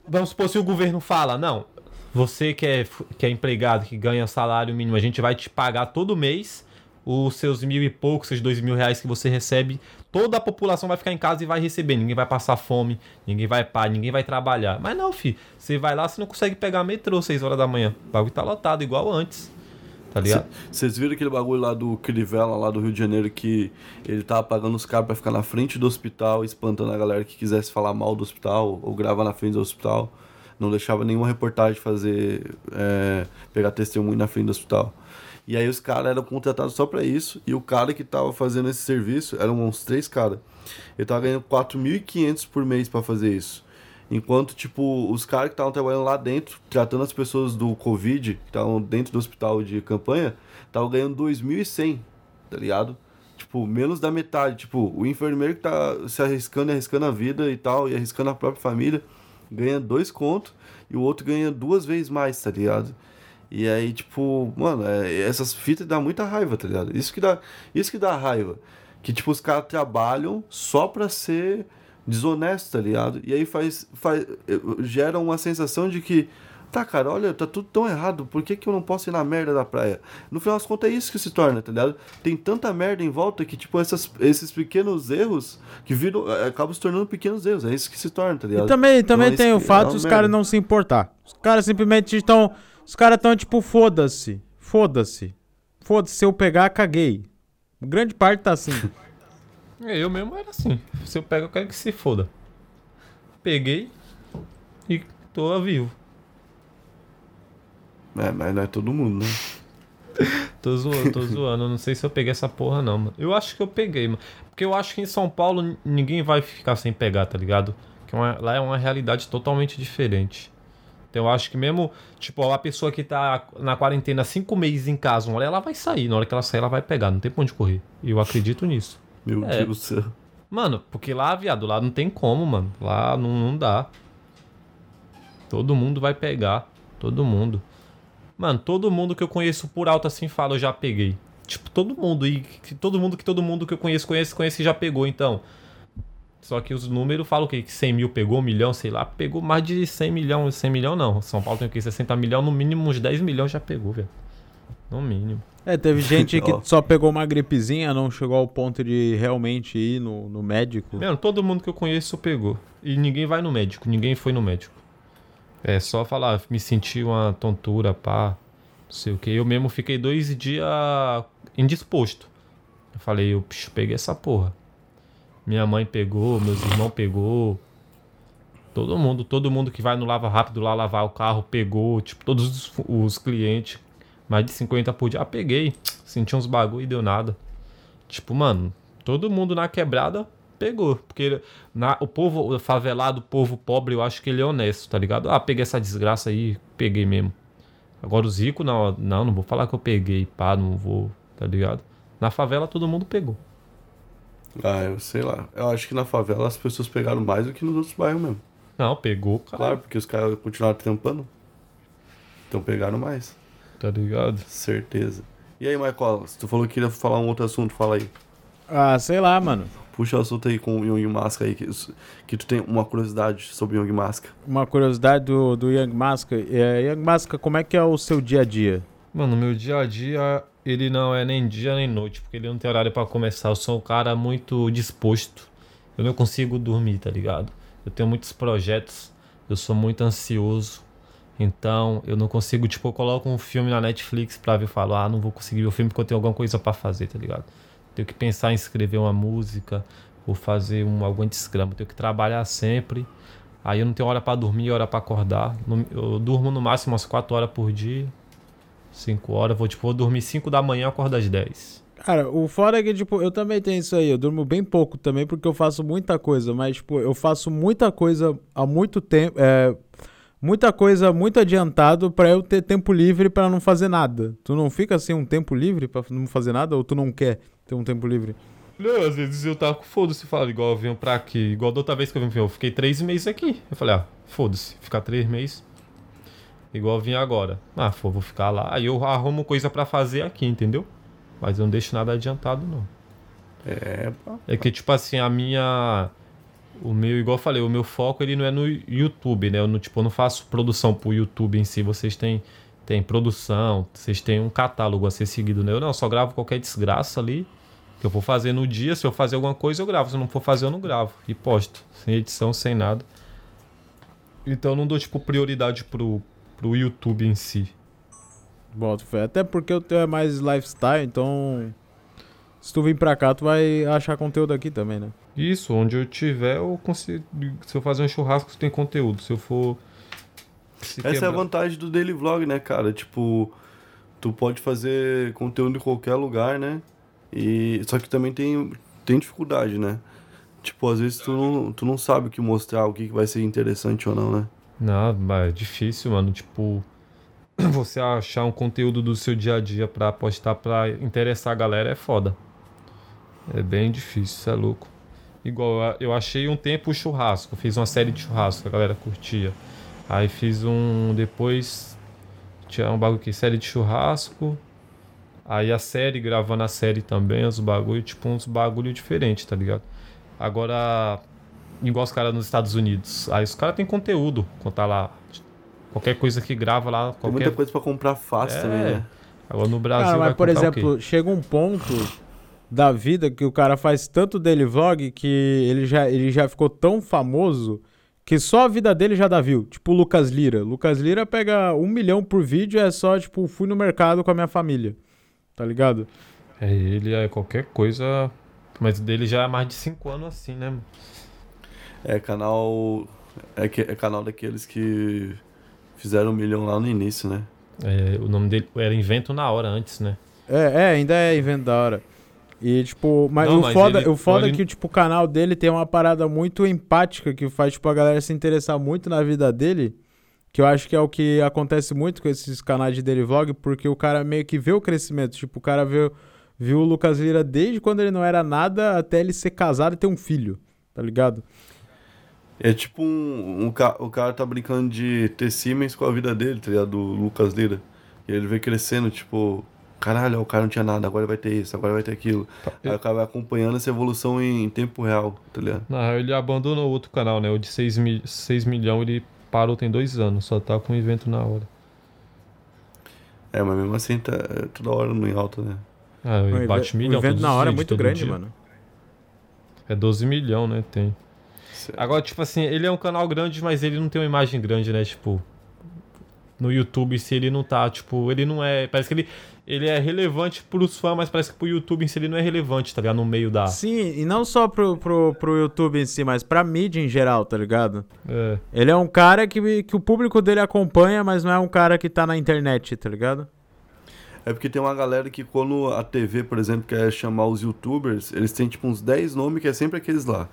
S3: Vamos supor, se o governo fala, não, você que é, f- que é empregado, que ganha salário mínimo, a gente vai te pagar todo mês os seus mil e poucos, seus dois mil reais que você recebe, toda a população vai ficar em casa e vai receber, ninguém vai passar fome, ninguém vai pá, ninguém vai trabalhar. Mas não, fi, você vai lá, você não consegue pegar metrô seis horas da manhã, o bagulho tá lotado, igual antes, tá ligado?
S1: Vocês viram aquele bagulho lá do Crivella, lá do Rio de Janeiro, que ele tava pagando os caras pra ficar na frente do hospital, espantando a galera que quisesse falar mal do hospital ou gravar na frente do hospital. Não deixava nenhuma reportagem fazer. é, pegar testemunho na frente do hospital. E aí os caras eram contratados só pra isso, e o cara que tava fazendo esse serviço, eram uns três caras, ele tava ganhando 4.500 por mês pra fazer isso. Enquanto, tipo, os caras que estavam trabalhando lá dentro, tratando as pessoas do Covid, que estavam dentro do hospital de campanha, estavam ganhando 2.100, tá ligado? Tipo, menos da metade. Tipo, o enfermeiro que tá se arriscando e arriscando a vida e tal, e arriscando a própria família, ganha dois contos, e o outro ganha duas vezes mais, tá ligado? E aí, tipo, mano, é- essas fitas dá muita raiva, tá ligado? Isso que dá, isso que dá raiva. Que, tipo, os caras trabalham só pra ser desonesto, tá ligado? E aí faz, faz, eh, gera uma sensação de que, tá, cara, olha, tá tudo tão errado, por que, que eu não posso ir na merda da praia? No final das contas é isso que se torna, tá ligado? Tem tanta merda em volta que, tipo, essas, esses pequenos erros que viram, eh, acabam se tornando pequenos erros, é isso que se torna, tá ligado?
S2: E também,
S1: Então,
S2: também
S1: isso
S2: tem o
S1: que é
S2: fato
S1: uma
S2: de os
S1: merda.
S2: caras não se importar. Os caras simplesmente estão. Os caras estão tipo, foda-se. Foda-se. Foda-se, se eu pegar, caguei. Grande parte tá assim.
S3: Eu mesmo era assim, se eu pego eu quero que se foda. Peguei e tô vivo.
S1: É, mas não é todo mundo, né?
S3: Tô zoando, tô zoando. Eu Não sei se eu peguei essa porra, não, mano. Eu acho que eu peguei, mano. Porque eu acho que em São Paulo n- ninguém vai ficar sem pegar, tá ligado? Porque é uma- lá é uma realidade totalmente diferente. Então eu acho que mesmo, tipo, ó, a pessoa que tá na quarentena cinco meses em casa, uma hora ela vai sair. Na hora que ela sair, ela vai pegar. Não tem pra onde correr. E eu acredito nisso.
S1: Meu
S3: É.
S1: Deus do céu.
S3: Mano, porque lá, viado, lá não tem como, mano. Lá não, não dá. Todo mundo vai pegar. Todo mundo. Mano, todo mundo que eu conheço por alto assim fala, eu já peguei. Tipo, todo mundo. E que- todo mundo que todo mundo que eu conheço, conhece, conhece já pegou, então. Só que os números falam o quê? Que 100 mil pegou, um milhão, sei lá. Pegou mais de 100 milhão. 100 milhão não. São Paulo tem o quê? 60 milhão. No mínimo uns 10 milhões já pegou, velho. No mínimo.
S2: É, teve gente que
S1: Ó.
S2: só pegou uma gripezinha, não chegou ao ponto de realmente ir no, no médico.
S3: Mano, todo mundo que eu conheço pegou. E ninguém vai no médico, ninguém foi no médico. É só falar, me senti uma tontura, pá, não sei o que. Eu mesmo fiquei dois dias indisposto. Eu falei, eu psh, peguei essa porra. Minha mãe pegou, meus irmãos pegou. Todo mundo, todo mundo que vai no Lava Rápido lá lavar o carro pegou. Tipo, todos os, os clientes, mais de 50 por dia. Ah, peguei, senti uns bagulho e deu nada. Tipo, mano, todo mundo na quebrada pegou. Porque ele- na, o povo o favelado, o povo pobre, eu acho que ele é honesto, tá ligado? Ah, peguei essa desgraça aí, peguei mesmo. Agora os ricos, não, não, não vou falar que eu peguei, pá, não vou, tá ligado? Na favela todo mundo pegou.
S1: Ah, eu sei lá. Eu acho que na favela as pessoas pegaram mais do que nos outros bairros mesmo.
S3: Não, pegou, cara,
S1: Claro, porque os caras continuaram trampando. Então pegaram mais.
S3: tá ligado?
S1: Certeza. E aí, Marcolas, tu falou que ia falar um outro assunto, fala aí.
S2: Ah, sei lá, mano.
S1: Puxa o assunto aí com o Young Masca aí, que, que tu tem uma curiosidade sobre o Young Masca.
S2: Uma curiosidade do, do Young Masca. É, Young Masca, como é que é o seu dia a dia?
S3: Mano, meu dia a dia, ele não é nem dia nem noite, porque ele não tem horário pra começar. Eu sou um cara muito disposto. Eu não consigo dormir, tá ligado? Eu tenho muitos projetos, eu sou muito ansioso. Então, eu não consigo, tipo, eu coloco um filme na Netflix pra ver e falo, ah, não vou conseguir ver o filme porque eu tenho alguma coisa pra fazer, tá ligado? Tenho que pensar em escrever uma música, ou fazer um, algum desgrama. Tenho que trabalhar sempre. Aí eu não tenho hora pra dormir, hora pra acordar. No- Eu durmo no máximo umas 4 horas por dia. 5 horas, vou, tipo, vou dormir 5 da manhã, acordo às 10.
S2: Cara, o fora é que, tipo, eu também tenho isso aí. Eu durmo bem pouco também, porque eu faço muita coisa. Mas, tipo, eu faço muita coisa há muito tempo. É, muita coisa muito adiantado pra eu ter tempo livre pra não fazer nada. Tu não fica assim um tempo livre pra não fazer nada? Ou tu não quer ter um tempo livre?
S3: Não, às vezes eu tava com foda-se, fala, igual eu venho pra aqui, igual da outra vez que eu vim, eu fiquei 3 meses aqui. Eu falei, ah, foda-se, ficar 3 meses. Igual eu vim agora. Ah, fô, vou ficar lá. Aí eu arrumo coisa pra fazer aqui, entendeu? Mas eu não deixo nada adiantado, não.
S1: É, pá.
S3: É que, tipo assim, a minha. O meu, igual eu falei, o meu foco ele não é no YouTube, né? Eu não, tipo, eu não faço produção pro YouTube em si. Vocês têm, têm produção, vocês têm um catálogo a ser seguido, né? Eu não, eu só gravo qualquer desgraça ali que eu vou fazer no dia. Se eu fazer alguma coisa, eu gravo. Se eu não for fazer, eu não gravo. E posto. Sem edição, sem nada. Então eu não dou, tipo, prioridade pro, pro YouTube em si.
S2: Boto fé. Até porque o teu é mais lifestyle, então. Se tu vir pra cá, tu vai achar conteúdo aqui também, né?
S3: Isso, onde eu tiver, eu consigo. Se eu fazer um churrasco, tem conteúdo. Se eu for. se
S1: Essa é a
S3: quebrar-
S1: vantagem do Daily Vlog, né, cara? Tipo, tu pode fazer conteúdo em qualquer lugar, né? E só que também tem tem dificuldade, né? Tipo, às vezes tu não, tu não sabe o que mostrar, o que que vai ser interessante ou não, né?
S3: Não, mas é difícil, mano. Tipo, você achar um conteúdo do seu dia a dia pra postar pra interessar a galera é foda. É bem difícil, isso é louco. Igual, eu achei um tempo o churrasco. Fiz uma série de churrasco, a galera curtia. Aí fiz um. Depois. Tinha um bagulho aqui, série de churrasco. Aí a série, gravando a série também, os bagulho, tipo, uns bagulho diferente, tá ligado? Agora, igual os caras nos Estados Unidos. Aí os caras têm conteúdo, contar lá. Qualquer coisa que grava lá,
S1: Tem
S3: qualquer.
S1: muita coisa pra comprar fácil
S3: É.
S1: também, né?
S3: Agora no Brasil.
S2: Cara,
S3: Tá, vai
S2: mas por
S3: contar o quê?
S2: exemplo, chega um ponto da vida que o cara faz tanto daily vlog que ele já, ele já ficou tão famoso que só a vida dele já dá view. Tipo o Lucas Lira. Lucas Lira pega um milhão por vídeo, é só, tipo, fui no mercado com a minha família. Tá ligado?
S3: É, ele é qualquer coisa. Mas o dele já é mais de 5 anos assim, né?
S1: É canal é, que, é canal daqueles que fizeram um milhão lá no início, né?
S3: É, o nome dele era Invento na Hora antes, né?
S2: É, é, ainda é invento da hora. E, tipo, mas,
S3: Não,
S2: o,
S3: mas
S2: foda,
S3: ele-
S2: o foda é
S3: ele-
S2: que, tipo, o canal dele tem uma parada muito empática que faz, tipo, a galera se interessar muito na vida dele. Que eu acho que é o que acontece muito com esses canais de daily vlog, porque o cara meio que vê o crescimento. Tipo, o cara vê, viu o Lucas Lira desde quando ele não era nada até ele ser casado e ter um filho, tá ligado?
S1: É tipo um, um ca- o cara tá brincando de ter Siemens com a vida dele, tá ligado? Do Lucas Lira. E ele vem crescendo, tipo, caralho, o cara não tinha nada, agora vai ter isso, agora vai ter aquilo. Aí o cara vai acompanhando essa evolução em tempo real, tá ligado?
S3: Na real, ele abandonou o outro canal, né? O de 6, mil... 6 milhões ele parou tem dois anos, só tá com o Invento na Hora.
S1: É, mas mesmo assim tá é, toda hora no em alta, né?
S3: Ah,
S2: O
S3: ele
S2: inve-
S3: bate
S2: o
S3: milhão
S2: invento
S3: todos
S2: na
S3: os
S2: hora é
S3: vídeos,
S2: muito
S3: todo
S2: grande,
S3: dia.
S2: mano.
S3: É 12 milhão, né? Tem.
S1: Certo.
S3: Agora, tipo assim, ele é um canal grande, mas ele não tem uma imagem grande, né? Tipo, no YouTube, se ele não tá, tipo, ele não é. Parece que ele, ele é relevante pros fãs, mas parece que pro YouTube em si ele não é relevante, tá ligado? No meio da.
S2: Sim, e não só pro, pro, pro YouTube em si, mas pra mídia em geral, tá ligado?
S3: É.
S2: Ele é um cara que, que o público dele acompanha, mas não é um cara que tá na internet, tá ligado?
S1: É porque tem uma galera que quando a TV, por exemplo, quer chamar os youtubers, eles têm tipo uns 10 nomes que é sempre aqueles lá.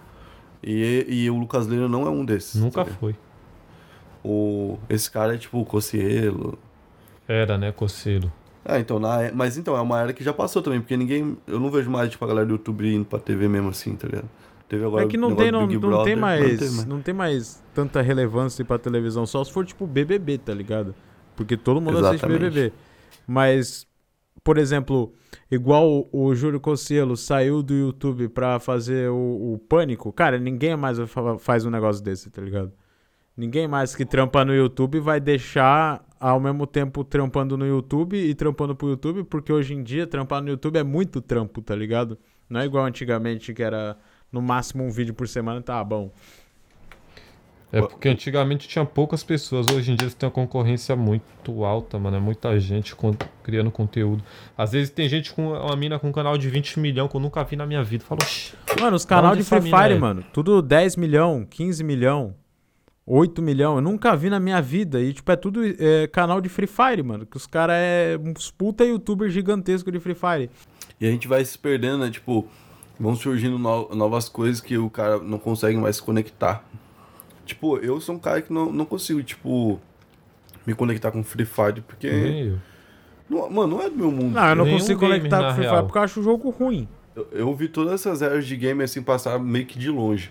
S1: E, e o Lucas Lira não é um desses.
S3: Nunca
S1: tá ligado?
S3: foi.
S1: o, Esse cara é tipo o Cocielo.
S3: Era, né, Coceiro?
S1: Ah, então, na, é- mas então, é uma era que já passou também, porque ninguém. Eu não vejo mais, tipo, a galera do YouTube indo pra TV mesmo assim, tá ligado? Teve agora
S2: é que não
S1: o
S2: tem,
S1: negócio
S2: não,
S1: do Big
S2: não
S1: Brother,
S2: tem mais,
S1: teve
S2: não tem mais tanta relevância pra televisão, só se for tipo BBB, tá ligado? Porque todo mundo assiste
S1: Exatamente.
S2: BBB. Mas, por exemplo, igual o, o Júlio Cocielo saiu do YouTube pra fazer o, o Pânico, cara, ninguém mais fa- faz um negócio desse, tá ligado? Ninguém mais que trampa no YouTube vai deixar ao mesmo tempo trampando no YouTube e trampando pro YouTube, porque hoje em dia trampar no YouTube é muito trampo, tá ligado? Não é igual antigamente que era no máximo um vídeo por semana, tá bom.
S3: É porque antigamente tinha poucas pessoas, hoje em dia você tem uma concorrência muito alta, mano. É muita gente con- criando conteúdo. Às vezes tem gente com uma mina com um canal de 20 milhões que eu nunca vi na minha vida. Falou,
S2: Mano, os canal
S3: Onde
S2: de
S3: essa
S2: Free
S3: mina
S2: Fire,
S3: é?
S2: mano, tudo 10 milhão, 15 milhão, 8 milhão, eu nunca vi na minha vida. E, tipo, é tudo é, canal de Free Fire, mano, que os caras é uns puta youtuber gigantesco de Free Fire.
S1: E a gente vai se perdendo, né? Tipo, vão surgindo no- novas coisas que o cara não consegue mais se conectar. Tipo, eu sou um cara que não, não consigo, tipo, me conectar com Free Fire, porque.
S3: meio.
S1: Não- mano, não é do meu mundo.
S2: Não, eu não
S3: Nenhum
S2: consigo
S3: gamer,
S2: conectar
S3: um na
S2: com Free Fire
S3: real.
S2: porque eu acho o jogo ruim.
S1: Eu, eu vi todas essas eras de game assim passar meio que de longe.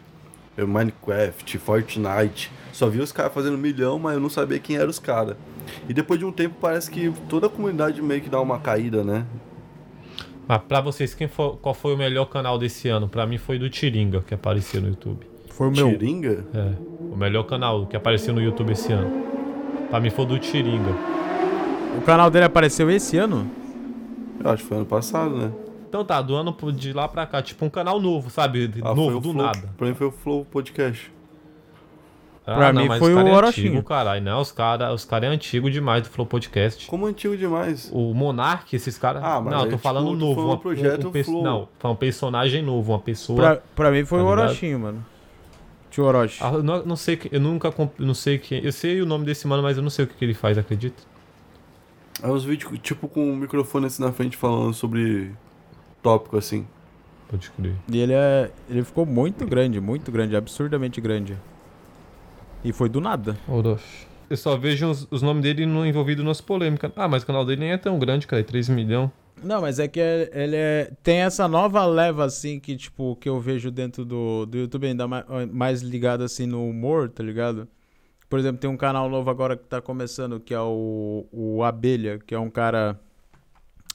S1: Eu, Minecraft, Fortnite. Só vi os caras fazendo milhão, mas eu não sabia quem eram os caras. E depois de um tempo parece que toda a comunidade meio que dá uma caída, né?
S3: Mas pra vocês, quem foi, qual foi o melhor canal desse ano? Pra mim foi do Tiringa, que apareceu no YouTube.
S2: Foi o meu.
S1: Tiringa?
S3: É, o melhor canal que apareceu no YouTube esse ano. Pra mim foi do Tiringa.
S2: O canal dele apareceu esse ano?
S1: Eu acho que foi ano passado, né?
S3: Então tá, do ano pro- de lá pra cá, tipo um canal novo, sabe? De-
S1: Ah, foi
S3: novo,
S1: o
S3: do
S1: Flow-
S3: nada.
S1: Pra mim foi o Flow Podcast.
S3: Ah,
S2: Pra mim foi
S3: os cara
S2: o
S3: é
S2: Orochinho.
S3: antigo, caralho. Não, os caras os cara é antigo demais do Flow Podcast.
S1: Como antigo demais.
S3: O Monark, esses caras.
S1: Ah, mas
S3: não, eu
S1: aí,
S3: tô
S1: tipo,
S3: falando
S1: tu
S3: novo.
S1: falou
S3: uma-
S1: um projeto
S3: pe-
S1: Flow.
S3: Não, foi um personagem novo, uma pessoa.
S2: Pra, pra mim foi
S3: Tá
S2: o
S3: ligado?
S2: Orochinho, mano. Tio Orochi.
S3: Ah, eu não, não sei, que- eu nunca. comp- Não sei quem. Eu sei o nome desse mano, mas eu não sei o que, que ele faz, acredito.
S1: É uns vídeos, tipo, com o microfone assim na frente falando sobre tópico, assim.
S3: Pode crer.
S2: E ele é. Ele ficou muito grande, muito grande, absurdamente grande. E foi do nada.
S3: Orochi. Eu só vejo os, os nomes dele no, envolvido nas polêmicas. Ah, mas o canal dele nem é tão grande, cara. É 3 milhões.
S2: Não, mas é que é- ele é- tem essa nova leva, assim, que, tipo, que eu vejo dentro do, do YouTube, ainda ma- mais, ligado, assim, no humor, tá ligado? Por exemplo, tem um canal novo agora que tá começando, que é o, o Abelha, que é um cara...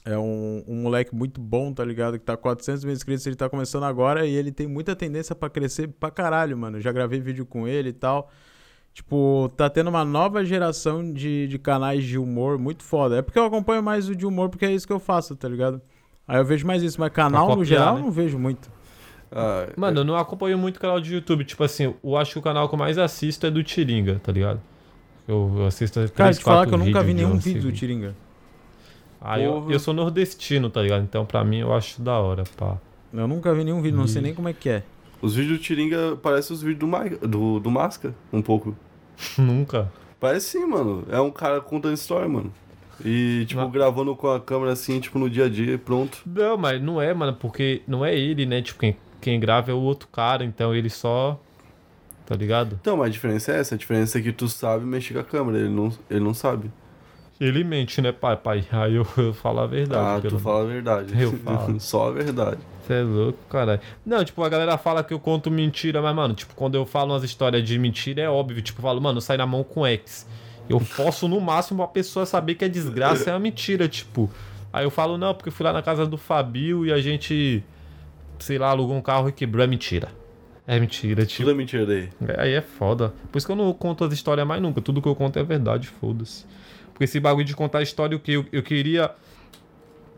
S2: É um, um moleque muito bom, tá ligado? Que tá com 400 mil inscritos, ele tá começando agora e ele tem muita tendência pra crescer pra caralho, mano. Eu Já gravei vídeo com ele e tal. Tipo, tá tendo uma nova geração de, de canais de humor muito foda. É porque eu acompanho mais o de humor, porque é isso que eu faço, tá ligado? Aí eu vejo mais isso, mas canal no
S3: copiar,
S2: geral
S3: né?
S2: eu não vejo muito.
S1: Ah,
S3: Mano, eu não acompanho muito canal de YouTube. Tipo assim, eu acho que o canal que eu mais assisto é do Tiringa, tá ligado? Eu assisto três,
S2: Cara, te falar
S3: quatro
S2: que eu nunca vi
S3: vídeos de
S2: nenhum
S3: um
S2: vídeo tipo, do
S3: seguido.
S2: Tiringa.
S3: Ah, eu,
S1: Porra.
S3: eu sou nordestino, tá ligado? Então pra mim eu acho da hora, pá.
S2: Eu nunca vi nenhum vídeo, não sei nem como é que é.
S1: Os vídeos do Tiringa parecem os vídeos do, Ma... do, do Masca, um pouco.
S3: Nunca.
S1: Parece sim, mano. É um cara contando história, mano. E, tipo,
S3: Não.
S1: gravando com a câmera assim, tipo, no dia a dia e pronto.
S3: Não, mas não é, mano, porque não é ele, né? Tipo, quem, quem grava é o outro cara, então ele só. Tá ligado?
S1: Então, mas a diferença é essa. A diferença é que tu sabe mexer com a câmera. Ele não, ele não sabe.
S3: Ele mente, né, pai? pai? Aí eu, eu falo a verdade.
S1: ah, tu
S3: pelo-
S1: fala a verdade.
S3: Eu falo.
S1: Só a verdade.
S3: Você é louco, caralho. Não, tipo, a galera fala que eu conto mentira, mas, mano, tipo, quando eu falo umas histórias de mentira, é óbvio. Tipo, eu falo, mano, sai na mão com ex. Eu posso, no máximo, a pessoa saber que é desgraça, é uma mentira, tipo. Aí eu falo, não, porque eu fui lá na casa do Fabio e a gente, sei lá, alugou um carro e quebrou. É mentira. É mentira, tipo.
S1: Tudo é mentira daí.
S3: É, Aí é foda. Por isso que eu não conto as histórias mais nunca. Tudo que eu conto é verdade, foda-se. Porque esse bagulho de contar história, o que eu, eu queria.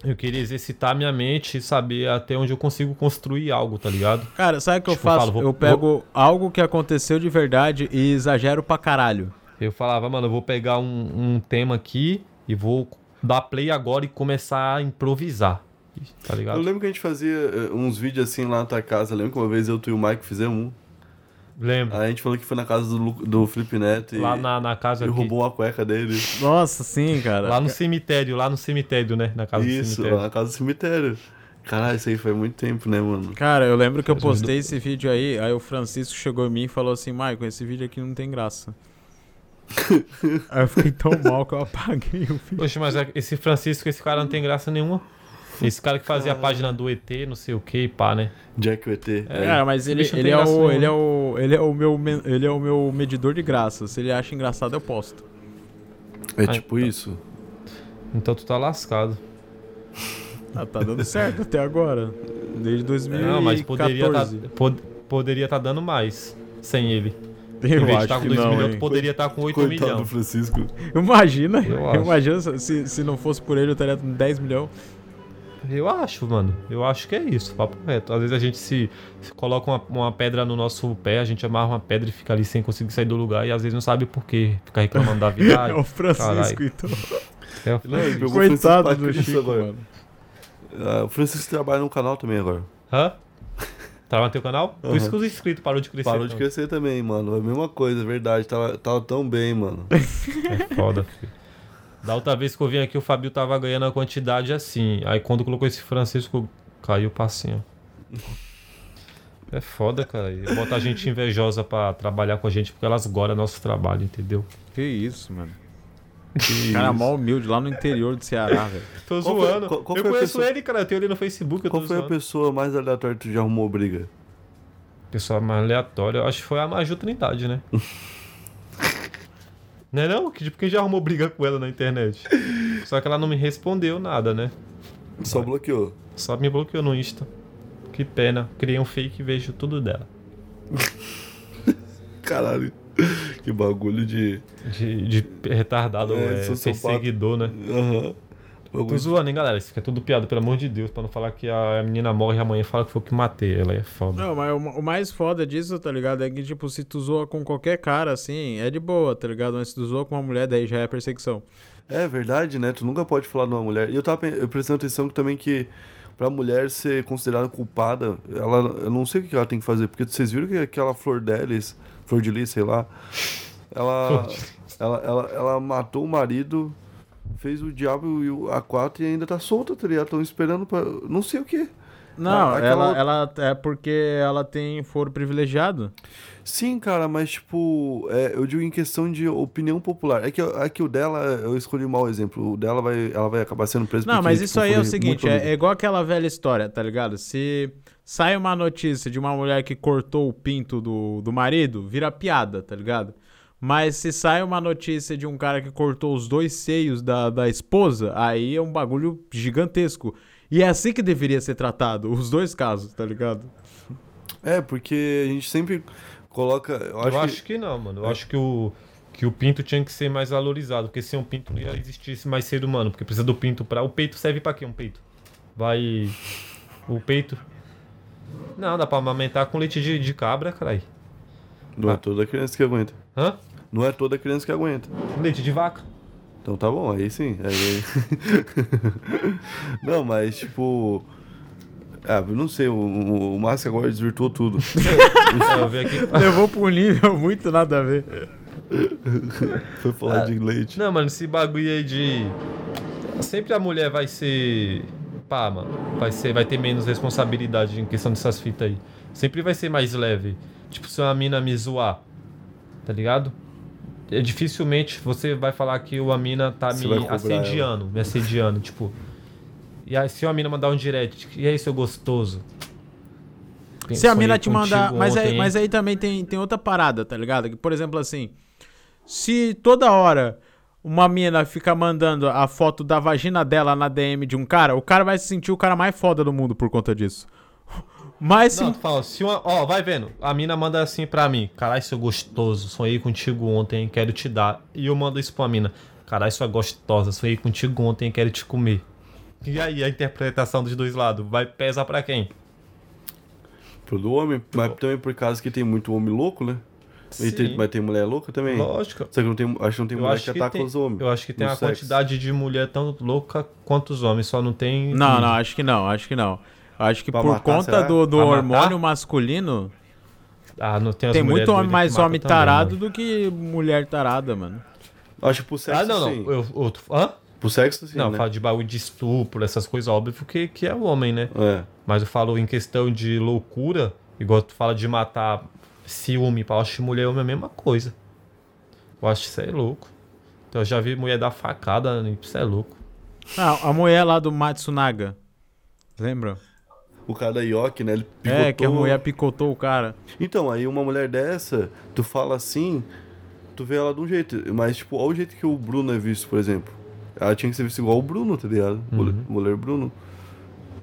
S3: Eu queria exercitar minha mente e saber até onde eu consigo construir algo, tá ligado?
S2: Cara, sabe o que eu
S3: Tipo, eu
S2: faço?
S3: falo, vou-
S2: eu
S3: vou-
S2: pego algo que aconteceu de verdade e exagero pra caralho.
S3: Eu falava, mano, eu vou pegar um, um tema aqui e vou dar play agora e começar a improvisar. Tá
S1: Eu
S3: ligado?
S1: lembro que a gente fazia eh, uns vídeos assim lá na tua casa. Lembro que uma vez eu, tu e o Mike
S3: Hum.
S1: fizemos um.
S3: Lembro.
S1: Aí a gente falou que foi na casa do, Lu- do Felipe Neto e,
S3: Lá na, na casa
S1: e
S3: aqui.
S1: roubou a cueca dele.
S2: Nossa, sim, cara.
S3: Lá no cemitério, lá no cemitério, né? Na casa do
S1: Isso,
S3: cemitério.
S1: lá na casa do cemitério. Caralho, isso aí foi muito tempo, né, mano?
S2: Cara, eu lembro que eu
S3: um
S2: postei esse vídeo aí, aí o Francisco chegou em mim e falou assim, Maicon, esse vídeo aqui não tem graça. aí eu fiquei tão mal que eu apaguei o vídeo.
S3: Poxa, mas é esse Francisco, esse cara não tem graça nenhuma. Esse cara que fazia a página do ET, não sei o que, pá, né?
S1: Jack o ET.
S2: Cara, mas ele,
S3: bicho não
S2: ele,
S3: tem
S2: é
S3: graça
S2: o,
S3: nenhuma.
S2: ele, é o, ele, é o meu, men- ele é o meu medidor de graça. Se ele acha engraçado, eu posto.
S1: é, é
S3: Ah,
S1: tipo isso.
S3: Então tu tá lascado.
S2: Ah, tá dando certo até agora. Desde 2014.
S3: Não, mas poderia tá, pod- poderia tá dando mais sem ele.
S2: Eu
S3: em vez de
S2: acho
S3: estar com
S2: que
S3: 2
S2: não,
S3: milhões,
S2: hein.
S3: tu poderia estar com 8
S1: Coitado do
S3: milhões.
S1: Francisco.
S2: Imagina,
S3: Eu
S2: eu
S3: acho.
S2: imagina se, se não fosse por ele eu estaria com 10 milhões.
S3: Eu acho, mano. Eu acho que é isso, papo reto. Às vezes a gente se, se coloca uma, uma pedra no nosso pé, a gente amarra uma pedra e fica ali sem conseguir sair do lugar e às vezes não sabe por quê. Fica reclamando da vida. Ai,
S2: é o Francisco,
S3: caralho.
S2: então.
S3: é o-
S1: Não, ele pegou o Francisco
S2: Coitado
S1: pra
S2: do
S1: isso
S2: Chico,
S1: agora.
S2: mano.
S1: Ah, o Francisco trabalha num canal também agora.
S3: Hã? Tava no teu canal? Por isso
S1: Aham.
S3: que os inscritos parou de crescer.
S1: Parou de
S3: tanto.
S1: crescer também, mano. É a mesma coisa, é verdade. Tava, tava tão bem, mano.
S3: É foda, filho. Da outra vez que eu vim aqui, o Fabio tava ganhando a quantidade assim. Aí quando colocou esse Francisco, caiu o passinho. É foda, cara. E Botar gente invejosa pra trabalhar com a gente porque elas gostam do nosso trabalho, entendeu?
S2: Que isso, mano. Cara é mó humilde lá no interior do Ceará, velho.
S3: Tô
S1: Qual foi-
S3: zoando.
S1: qual- qual
S3: eu
S1: foi a
S3: conheço
S1: pessoa-
S3: ele, cara. Eu tenho ele no Facebook. Eu tô
S1: Qual foi a
S3: zoando.
S1: pessoa mais aleatória que tu já arrumou briga?
S3: Pessoa mais aleatória. Eu acho que foi a Maju Trindade, né? não é não? Que- Tipo, quem já arrumou briga com ela na internet? Só que ela não me respondeu nada, né?
S1: Só bloqueou.
S3: Só me bloqueou no Insta. Que pena. Criei um fake e vejo tudo dela.
S1: Caralho. Que bagulho de.
S3: De, de retardado,
S1: É,
S3: é,
S1: sociopata.
S3: perseguidor, né?
S1: Aham.
S3: Tô
S1: Bagulho de-
S3: zoando, hein, galera? Isso fica tudo piada, pelo amor de Deus. Pra não falar que a menina morre e amanhã fala que foi eu que matei ela. Aí é foda.
S2: Não, mas o ma- o mais foda disso, tá ligado? É que, tipo, se tu zoa com qualquer cara, assim, é de boa, tá ligado? Mas se tu zoa com uma mulher, daí já é perseguição.
S1: É verdade, né? Tu nunca pode falar de uma mulher. E eu tava pen- eu prestando atenção que também que pra mulher ser considerada culpada, ela, eu não sei o que ela tem que fazer, porque vocês viram que aquela Flor de Lis, Flor de Lis, sei lá, ela, ela, ela, ela matou o marido, fez o diabo e o A4 e ainda tá solta, tá ligado? Tão esperando pra... não sei o que.
S2: Não,
S1: Ah, aquela
S2: ela, ela é porque ela tem foro privilegiado.
S1: Sim, cara, mas tipo, é, eu digo em questão de opinião popular. É que, é que o dela, eu escolhi um mau exemplo. O dela vai, ela vai acabar sendo presa
S2: Não,
S1: porque,
S2: mas
S1: tipo,
S2: isso aí é
S1: foi
S2: o
S1: muito
S2: seguinte,
S1: amiga.
S2: é, é igual aquela velha história, tá ligado? Se sai uma notícia de uma mulher que cortou o pinto do, do marido, vira piada, tá ligado? Mas se sai uma notícia de um cara que cortou os dois seios da, da esposa, aí é um bagulho gigantesco. E é assim que deveria ser tratado, os dois casos, tá ligado?
S1: É, porque a gente sempre coloca. Eu acho, é.
S3: eu acho que... não, mano. Eu acho que o, que o pinto tinha que ser mais valorizado. Porque sem um pinto não ia existir esse mais ser humano. Porque precisa do pinto pra. O peito serve pra quê? Um peito? Vai. O peito. Não, dá pra amamentar com leite de, de cabra, caralho.
S1: que.
S3: Ah.
S1: Não é toda criança que aguenta.
S3: Hã?
S1: Não é toda criança que aguenta.
S3: Leite de vaca.
S1: Então tá bom, aí sim. aí- não, mas tipo. Ah, eu não sei, o, o, o Márcio agora desvirtuou tudo.
S3: É, eu vi aqui.
S2: Levou pra um nível muito nada a ver.
S1: Foi falar de leite.
S3: Ah, Não, mano, esse bagulho aí de. Sempre a mulher vai ser. Pá, mano. Vai, ser, vai ter menos responsabilidade em questão dessas fitas aí. Sempre vai ser mais leve. Tipo, se uma mina me zoar. Tá ligado? É, dificilmente você vai falar que uma mina tá
S1: Você vai
S3: me
S1: cobrar
S3: assediando. Me assediando. Tipo. E aí, se uma mina mandar um direct. E aí, seu gostoso?
S2: Se a mina
S3: Sonhei
S2: te mandar.
S3: contigo
S2: Mas aí,
S3: ontem,
S2: mas é aí também tem, tem outra parada, tá ligado? Que, por exemplo, assim. Se toda hora uma mina fica mandando a foto da vagina dela na DM de um cara, o cara vai se sentir o cara mais foda do mundo por conta disso. Mas se.
S3: Não, tu fala, se uma. Ó, vai vendo. A mina manda assim pra mim. Caralho, seu gostoso. Sonhei contigo ontem, quero te dar. E eu mando isso pra mina. Caralho, sua gostosa. Sonhei contigo ontem, quero te comer. E aí, a interpretação dos dois lados? Vai pesar pra quem?
S1: Pelo homem, mas também por causa que tem muito homem louco, né? E tem-
S3: Sim.
S1: mas tem mulher louca também?
S3: Lógico.
S1: Só que não tem, acho que não tem
S3: Eu
S1: mulher
S3: acho
S1: que
S3: que,
S1: ataca
S3: tem,
S1: tá os homens.
S3: eu acho que tem
S1: no
S3: uma
S1: sexo.
S3: quantidade de mulher tão louca quanto os homens, só não tem.
S2: Não, não, acho que não, acho que não. Acho que
S1: Pra
S2: por
S1: matar,
S2: conta
S1: será?
S2: do, do
S3: Pra matar?
S2: hormônio masculino,
S3: Ah, não tem as
S2: tem
S3: mulher
S2: muito homem
S3: doida que
S2: mais
S3: mata
S2: homem
S3: também, né?
S2: tarado
S3: mano.
S2: do que mulher tarada, mano.
S1: Acho que pro sexo,
S3: Ah, não,
S1: sim.
S3: não. Eu, outro, hã?
S1: Pro sexo, sim,
S3: não,
S1: né?
S3: fala de bagulho de estupro, essas coisas, óbvio que, que é o homem, né?
S1: É.
S3: Mas eu falo em questão de loucura, igual tu fala de matar ciúme, pau, acho que mulher e homem é a mesma coisa. Eu acho que isso é louco. Então, eu já vi mulher dar facada, né? isso é louco.
S2: Ah, a mulher lá do Matsunaga. Lembra?
S1: O cara da Yoki, né? Ele picotou...
S2: É, que a mulher picotou o cara.
S1: Então, aí uma mulher dessa, tu fala assim, tu vê ela de um jeito. Mas, tipo, olha o jeito que o Bruno é visto, por exemplo. Ela tinha que ser vista igual o Bruno, tá ligado?
S3: Uhum.
S1: O Mulher, mulher Bruno.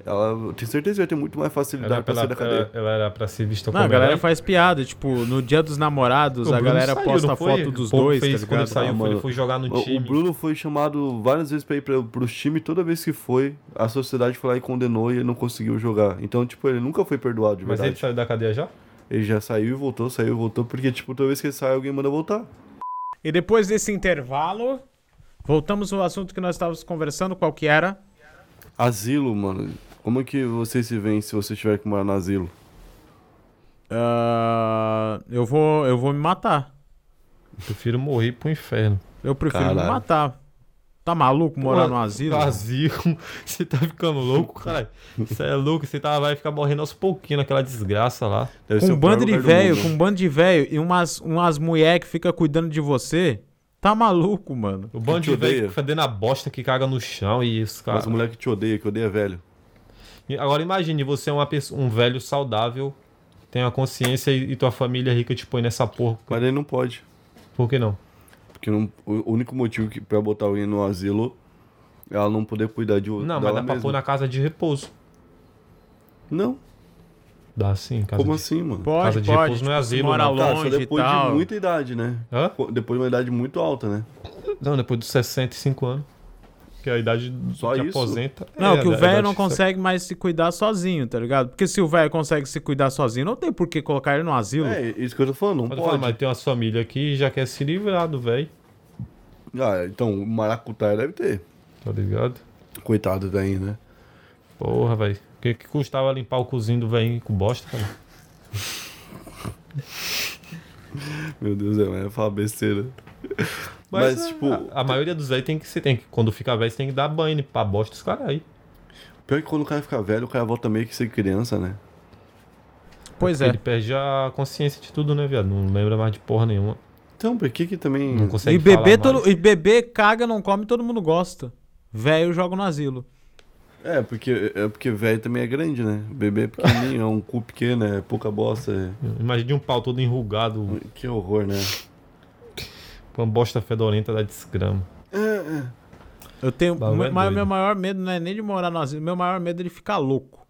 S1: Ela, eu tenho certeza que vai ter muito mais
S3: Ela,
S1: facilidade
S3: era
S1: pra
S3: pra-
S1: sair da
S3: ela,
S1: cadeia.
S3: ela era pra ser vista
S2: Não,
S3: como
S2: a galera
S3: herói.
S2: faz piada. Tipo, no dia dos namorados,
S3: O
S2: a
S3: Bruno
S2: galera
S3: saiu,
S2: posta
S3: não foi?
S2: foto dos
S3: O povo
S2: dois,
S3: fez
S2: tá
S3: quando
S2: ligado?
S3: ele saiu,
S1: Ah,
S3: foi, ele
S1: mano.
S3: foi jogar no
S1: O-
S3: time.
S1: O Bruno foi chamado várias vezes pra ir pra, pros times, toda vez que foi, a sociedade foi lá e condenou e ele não conseguiu jogar. Então, tipo, ele nunca foi perdoado de
S3: Mas
S1: verdade.
S3: ele saiu da cadeia já?
S1: Ele já saiu e voltou, saiu e voltou, porque, tipo, toda vez que ele sai, alguém manda voltar.
S2: E depois desse intervalo, voltamos ao assunto que nós estávamos conversando, qual que era?
S1: Asilo, mano. Como é que você se vence se você tiver que morar no asilo?
S2: Ah, eu, vou, eu vou me matar.
S3: Prefiro morrer pro inferno.
S2: Eu prefiro me
S1: Caralho.
S2: matar. Tá maluco morar
S3: Pô,
S2: no asilo?
S3: No asilo. Você tá ficando louco, caralho. Você é louco, você tá, vai ficar morrendo aos pouquinhos naquela desgraça lá.
S1: Deve
S2: Com
S1: ser
S2: um
S1: o pior
S2: bando de
S1: lugar do
S2: velho,
S1: mundo.
S2: com um bando de velho e umas, umas mulher que fica cuidando de você, tá maluco, mano.
S3: O bando
S1: te
S3: de velho
S1: odeia.
S3: fedendo a bosta que caga no chão e os
S1: Mas
S3: caras.
S2: Tá.
S1: a mulher que te odeia, que odeia velho.
S3: E Agora imagine, você é uma pessoa, um velho saudável, tem a consciência e, e tua família rica te põe nessa porra.
S1: Mas ele não pode.
S3: Por que não?
S1: Porque não- o único motivo que, pra botar alguém no asilo é ela não poder cuidar de
S3: Não, mas
S1: dela
S3: dá pra pôr
S1: mesma.
S3: na casa de repouso.
S1: Não,
S3: Dá sim, casa
S1: como
S3: de...
S1: assim, mano?
S2: Pode,
S3: Casa de
S2: pode.
S3: repouso não é
S2: se
S3: asilo,
S2: mora
S3: não.
S1: Cara,
S2: longe
S1: só
S2: e
S1: depois
S2: tal.
S1: de muita idade, né?
S3: Hã?
S1: Co- Depois de uma idade muito alta, né?
S3: Não, depois dos 65 anos. Que é a idade
S1: Só
S3: que
S1: isso?
S3: aposenta.
S2: Não,
S3: É,
S2: que o
S3: a
S2: velho
S3: idade
S2: não
S3: que você-
S2: consegue mais se cuidar sozinho, tá ligado? Porque se o velho consegue se cuidar sozinho, não tem por que colocar ele no
S3: Hum.
S2: asilo.
S1: É, isso que eu tô falando, não
S3: Mas, eu falo,
S1: pode.
S3: mas tem umas famílias aqui e já quer se livrar do velho,
S1: Ah, então, o maracutaia deve ter.
S3: tá ligado?
S1: Coitado daí, né?
S3: Porra, velho. O que, que custava limpar o cozinho do velho com bosta, cara?
S1: Meu Deus, é, mas eu ia falar besteira.
S3: Mas, ah,
S1: Mas,
S3: a-
S1: tipo-
S3: a, a maioria dos velhos tem que você tem que quando fica velho você tem que dar banho né, pra bosta dos caras aí. ah.
S1: Pior que quando o cara fica velho, o cara volta meio que ser criança, né?
S2: Pois é.
S3: Ele perde a consciência de tudo, né, viado? Não lembra mais de porra nenhuma.
S1: Então, por que que também...
S3: Não
S2: Hum. E
S3: consegue
S2: bebê,
S3: falar
S2: todo,
S3: mais.
S2: e bebê caga, não come, todo mundo gosta. Velho joga no asilo.
S1: É, porque, é porque velho também é grande, né? Bebê é pequenininho, é um cu pequeno, é pouca bosta. é-
S3: Imagina um pau todo enrugado,
S1: Que horror, né?
S3: com uma bosta fedorenta da desgrama.
S2: Eu tenho.
S3: Bagulho é
S2: mas o
S3: doido.
S2: meu maior medo não é nem de morar no asilo, meu maior medo é de ficar louco.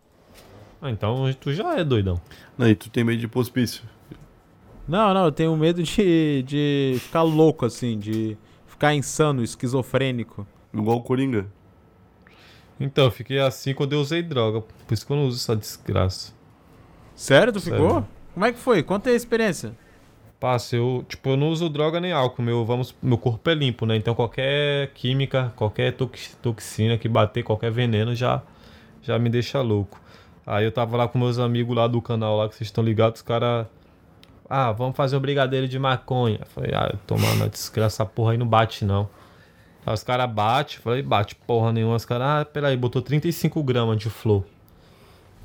S3: Ah, então tu já é doidão.
S1: Não, e tu tem medo de hospício.
S2: Não, não, eu tenho medo de, de ficar louco, assim, de ficar insano, esquizofrênico.
S1: Igual o Coringa.
S3: Então, eu fiquei assim quando eu usei droga. Por isso que eu não uso essa desgraça.
S2: Sério, tu
S3: Sério.
S2: ficou? Como é que foi? Conta aí a experiência.
S3: Passa, eu, tipo, eu não uso droga nem álcool, meu, vamos, meu corpo é limpo, né? Então qualquer química, qualquer tox- toxina que bater, qualquer veneno já já me deixa louco. Aí eu tava lá com meus amigos lá do canal lá que vocês estão ligados, os cara Ah, vamos fazer um brigadeiro de maconha. Eu Falei, ah, tomar na desgraça, essa porra aí não bate não. Aí os caras batem, falei, bate porra nenhuma. Os caras, ah, peraí, botou 35 gramas de flow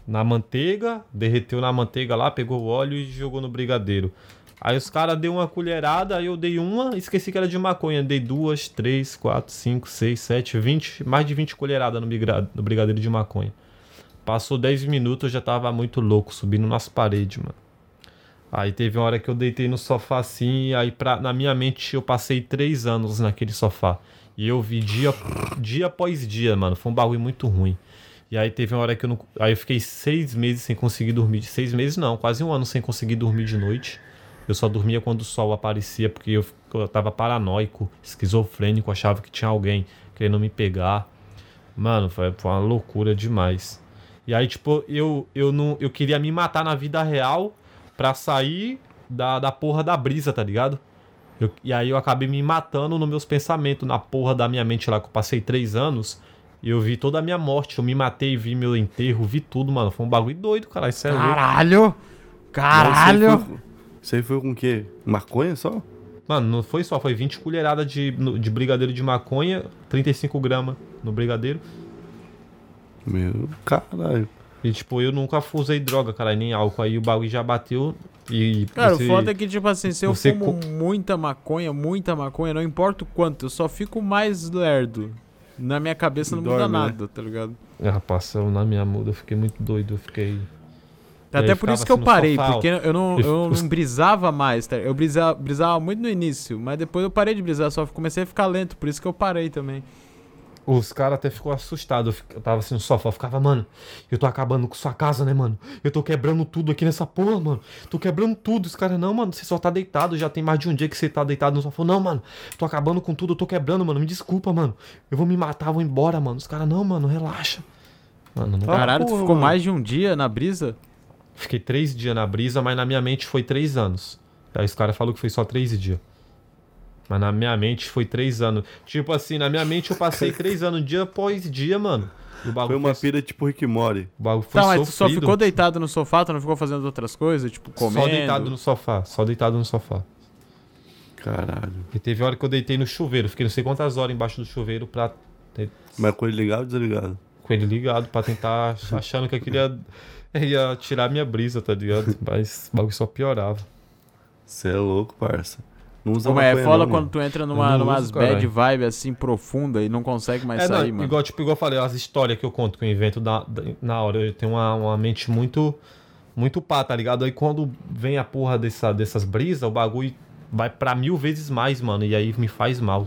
S3: na manteiga, derreteu na manteiga lá, pegou o óleo e jogou no brigadeiro. Aí os caras deu uma colherada, aí eu dei uma, esqueci que era de maconha. Dei duas, três, quatro, cinco, seis, sete, vinte, mais de 20 colheradas no, migra- no brigadeiro de maconha. Passou 10 minutos, eu já tava muito louco, subindo nas paredes, mano. Aí teve uma hora que eu deitei no sofá assim, e aí pra, na minha mente eu passei três anos naquele sofá. E eu vi dia, dia após dia, mano. Foi um bagulho muito ruim. E aí teve uma hora que eu não. Aí eu fiquei seis meses sem conseguir dormir. de- Seis meses não, quase um ano sem conseguir dormir de noite. Eu só dormia quando o sol aparecia, porque eu, fi- eu tava paranoico, esquizofrênico, achava que tinha alguém querendo me pegar. Mano, foi foi uma loucura demais. E aí, tipo, eu, eu não. Eu queria me matar na vida real pra sair da, da porra da brisa, tá ligado? Eu- e aí eu acabei me matando nos meus pensamentos, na porra da minha mente lá, que eu passei três anos. E eu vi toda a minha morte, eu me matei, vi meu enterro, vi tudo, mano. Foi um bagulho doido, cara. Isso é louco.
S2: Caralho! Caralho!
S1: Isso aí foi com o quê? Maconha só?
S3: Mano, não foi só, foi 20 colheradas de, no- de brigadeiro de maconha, 35 gramas no brigadeiro.
S1: Meu caralho.
S3: E tipo, eu nunca usei droga, cara, nem álcool. Aí o bagulho já bateu e.
S2: Cara,
S3: você-
S2: o foda é que, tipo assim, se eu
S3: você
S2: fumo muita maconha, muita maconha, não importa o quanto, eu só fico mais lerdo. Na minha cabeça não muda
S1: Dorme, né?
S2: nada, tá ligado?
S3: Ah, passou na minha muda, eu fiquei muito doido, eu fiquei. E aí
S2: Até por
S3: ficava
S2: isso que eu
S3: assim no
S2: parei,
S3: sofá, ó.
S2: porque eu não,
S3: E
S2: eu
S3: os-
S2: não brisava mais, tá? Eu brisa- brisava muito no início, mas depois eu parei de brisar, só comecei a ficar lento, por isso que eu parei também.
S3: Os caras até ficou assustado. Eu, fic- eu tava assim no sofá, eu ficava, mano, eu tô acabando com sua casa, né, mano? Eu tô quebrando tudo aqui nessa porra, mano. Tô quebrando tudo. Os caras, não, mano, você só tá deitado. Já tem mais de um dia que você tá deitado no sofá. Não, mano, tô acabando com tudo, eu tô quebrando, mano. Me desculpa, mano. Eu vou me matar, vou embora, mano. Os caras, não, mano, relaxa. Mano, não
S2: Caralho, tu
S1: porra,
S2: ficou
S1: mano.
S2: mais de um dia na brisa?
S3: Fiquei três dias na brisa, mas na minha mente foi três anos. Aí os caras falaram que foi só três dias. Mas na minha mente foi três anos. Tipo assim, na minha mente eu passei três anos, dia após dia, mano. E o
S1: Foi
S3: bagulho
S1: uma pira tipo Rick Mori.
S3: o bagulho foi
S2: Tá, mas tu só
S3: sofrido. tipo.
S2: ficou deitado no sofá, tu não ficou fazendo outras coisas, tipo comendo?
S3: Só deitado no sofá, só deitado no sofá.
S1: Caralho.
S3: E teve hora que eu deitei no chuveiro, fiquei não sei quantas horas embaixo do chuveiro pra ter-
S1: Mas com ele ligado ou desligado?
S3: com ele ligado, pra tentar achando que eu queria ia tirar minha brisa, tá ligado? Mas o bagulho só piorava.
S1: Você é louco, parça. Não usa
S2: Como é,
S1: maconha
S2: foda
S1: não,
S2: quando tu entra numa,
S3: Eu não
S2: numa
S3: uso,
S2: bad
S3: caralho.
S2: vibe assim profunda e não consegue mais
S3: É, não,
S2: sair, mano.
S3: Igual, tipo, igual eu falei, as histórias que eu conto, que eu invento da- da- na hora, eu tenho uma, uma mente muito muito pá, tá ligado? Aí quando vem a porra dessa, dessas brisas, o bagulho vai pra mil vezes mais, mano, e aí me faz mal,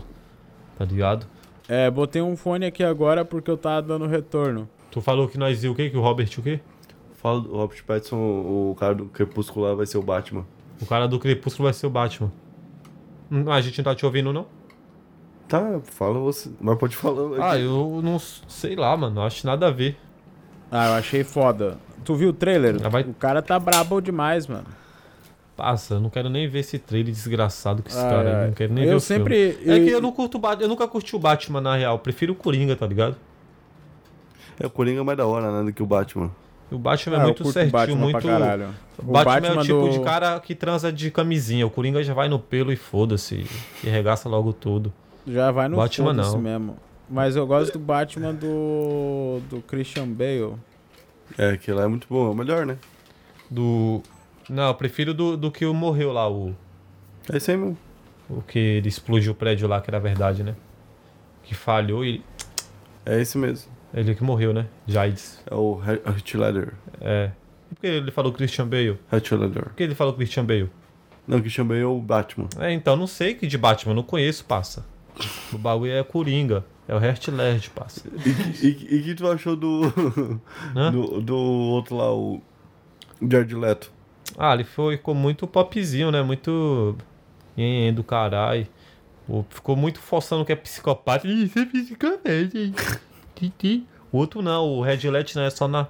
S3: tá ligado?
S2: É, botei um fone aqui agora porque eu tava dando retorno.
S3: Tu falou que nós ia o quê? Que o Robert o quê?
S1: mano. Fala do Robert Pattinson, o cara do Crepúsculo lá vai ser o Batman.
S3: O cara do Crepúsculo vai ser o Batman. Hum, A gente não tá te ouvindo, não?
S1: Tá, fala você. Mas pode falar.
S3: Ah, eu não s- sei lá, mano, acho nada a ver.
S2: Ah, eu achei foda. Tu viu o trailer?
S3: Ah, vai-
S2: O cara tá brabo demais, mano.
S3: Passa, eu não quero nem ver esse trailer desgraçado que esse
S2: Ai,
S3: cara,
S2: ai.
S3: eu não quero nem
S2: Ah, é. Eu
S3: ver o
S2: sempre-
S3: filme. É
S2: eu-
S3: que eu não curto o Batman, eu nunca curti o Batman na real, eu prefiro o Coringa, tá ligado?
S1: É, o Coringa é mais da hora, né, do que o Batman.
S3: O
S2: Ah,
S3: Batman é
S2: eu
S3: muito
S2: curto o
S3: certinho,
S2: Batman pra
S3: muito.
S2: caralho.
S3: O
S2: O
S3: Batman, é
S2: Batman
S3: o tipo
S2: do-
S3: de cara que transa de camisinha. O Coringa já vai no pelo e foda-se. E regaça logo tudo.
S2: Já vai no
S3: Batman
S2: foda-se
S3: não.
S2: mesmo. Mas eu gosto do Batman do, do Christian Bale.
S1: É, aquele lá é muito bom, é o melhor, né?
S3: Do. Não, eu prefiro do, do que o morreu lá, o.
S1: É isso aí mesmo.
S3: O que ele explodiu o prédio lá, que era verdade, né? Que falhou e.
S1: É esse mesmo.
S3: Ele que morreu, né? Jades.
S1: É o Hitler.
S3: É. E Por que ele falou Christian Bale?
S1: Hitler.
S3: Por que ele falou Christian Bale?
S1: Não, que chamei o Batman.
S3: É, então não sei que de Batman, não conheço, passa. O bagulho é Coringa. É o Hert Ledger, passa.
S1: E, e que tu achou do,
S3: Hã?
S1: do. do outro lá, o. Jared Leto?
S3: Ah, ele foi, ficou muito popzinho, né? Muito. Nhen, do caralho. O- Ficou muito forçando que é psicopata. Ih, Isso é psicopata. hein? Ti, ti. O outro não, o Red Let não é só na.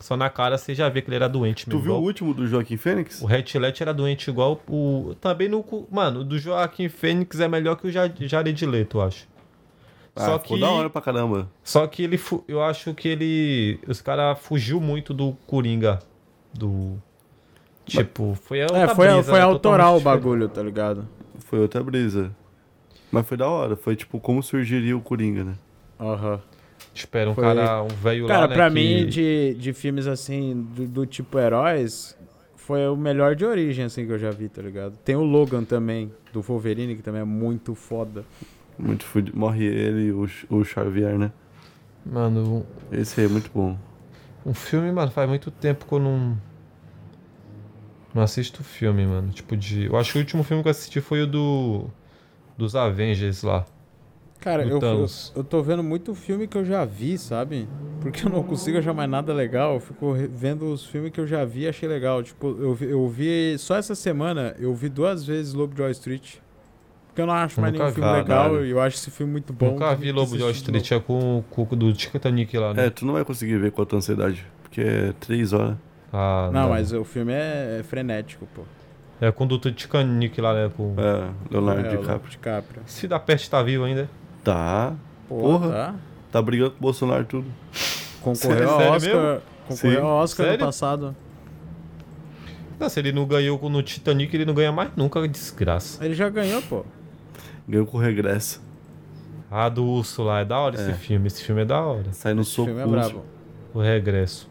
S3: Só na cara você já vê que ele era doente
S1: Tu
S3: mesmo.
S1: viu o
S3: igual-
S1: último do Joaquim Fênix?
S3: o Red Let era doente igual o. Também no. cu- Mano, o do Joaquim Fênix é melhor que o Ja- Jared Leto, eu acho.
S1: Ah,
S3: só
S1: ficou
S3: que.
S1: da hora pra caramba.
S3: Só que ele. fu- Eu acho que ele. Os caras fugiu muito do Coringa. Do. Tipo, foi
S2: É,
S3: a outra
S2: foi,
S3: brisa,
S2: É, foi
S3: né?
S2: autoral o
S3: Totalmente
S2: bagulho, tá ligado?
S1: Foi outra brisa. Mas foi da hora, foi tipo como surgiria o Coringa, né?
S2: Aham.
S3: Espera, um
S2: Foi-
S3: cara, um velho lá,
S2: Cara,
S3: né,
S2: pra
S3: que-
S2: mim, de, de filmes assim, do, do tipo heróis, foi o melhor de origem, assim, que eu já vi, tá ligado? Tem o Logan também, do Wolverine, que também é muito foda.
S1: Muito fudido. Morre ele e o, Ch- o Xavier, né?
S3: Mano,
S1: Esse aí é muito bom.
S3: um, um filme, mano, faz muito tempo que eu não... Não assisto filme, mano. Tipo de... Eu acho que o último filme que eu assisti foi o do... Dos Avengers lá.
S2: Cara,
S3: Do
S2: eu, eu,
S3: Thanos.
S2: eu tô vendo muito filme que eu já vi, sabe? Porque eu não consigo achar mais nada legal. Eu fico re- vendo os filmes que eu já vi e achei legal. Tipo, eu vi, eu vi. Só essa semana eu vi duas vezes Lobo de Wall Street. Porque eu não acho
S3: Eu
S2: mais
S3: nunca
S2: nenhum
S3: vi.
S2: filme legal
S1: Caralho.
S2: e eu acho esse filme muito bom.
S3: Nunca vi Lobo de Wall Street, é com o cuco do Titanic lá, né?
S1: É, tu não vai conseguir ver com a tua ansiedade, porque é três horas.
S3: Ah,
S2: Não, não, mas o filme é, é frenético, pô.
S3: É com o do Titanic lá, né? Com...
S1: É,
S2: É,
S1: Leonardo
S3: né?
S2: o Lobo
S1: DiCaprio.
S2: DiCaprio.
S3: Se da peste tá vivo ainda.
S1: Tá.
S2: Pô,
S1: Porra.
S2: tá.
S1: Tá brigando com o Bolsonaro tudo.
S2: Concorreu ao
S3: Sério
S2: Oscar. Concorreu
S1: Sim.
S2: ao Oscar
S3: Sério?
S2: ano passado.
S3: Não, se ele não ganhou com- no Titanic, ele não ganha mais nunca, que desgraça.
S2: Ele já ganhou, pô.
S1: Ganhou com o regresso.
S3: Ah, do urso lá, é da hora esse filme. Esse filme é da hora.
S1: Sai no
S2: Esse
S1: soco.
S2: filme é
S1: com o-
S2: brabo.
S3: O regresso.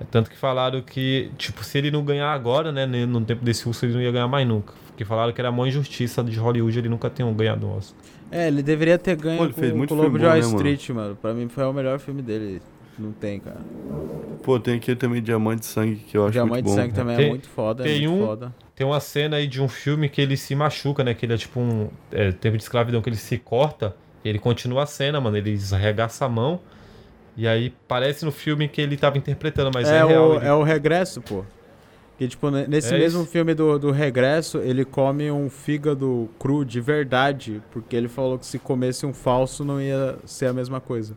S3: É tanto que falaram que, tipo, se ele não ganhar agora, né? ne- No tempo desse urso, ele não ia ganhar mais nunca. Porque falaram que era a maior injustiça de Hollywood ele nunca tenha ganhado um Oscar.
S2: É, ele deveria ter ganho
S1: Pô, ele
S2: com,
S1: fez muito
S2: com o Lobo
S1: filme
S2: de
S1: bom,
S2: Wall
S1: né, mano?
S2: Street, mano? Pra mim foi o melhor filme dele. Não tem, cara.
S1: Pô, tem aquele também Diamante de Sangue, que eu acho
S2: Diamante de
S1: muito bom.
S2: Sangue também é
S3: Tem-
S2: muito foda, é
S3: tem
S2: muito
S3: um-
S2: foda.
S3: Tem uma cena aí de um filme que ele se machuca, né? Que ele é tipo um. É, tempo de escravidão, que ele se corta. e Ele continua a cena, mano. Ele arregaça a mão. E aí parece no filme que ele tava interpretando, mas é,
S2: é,
S3: real.
S2: o,
S3: ele-
S2: é o Regresso, pô. Que, tipo, ne- nesse
S3: É
S2: mesmo
S3: isso.
S2: filme do, do Regresso, ele come um fígado cru de verdade, porque ele falou que se comesse um falso não ia ser a mesma coisa.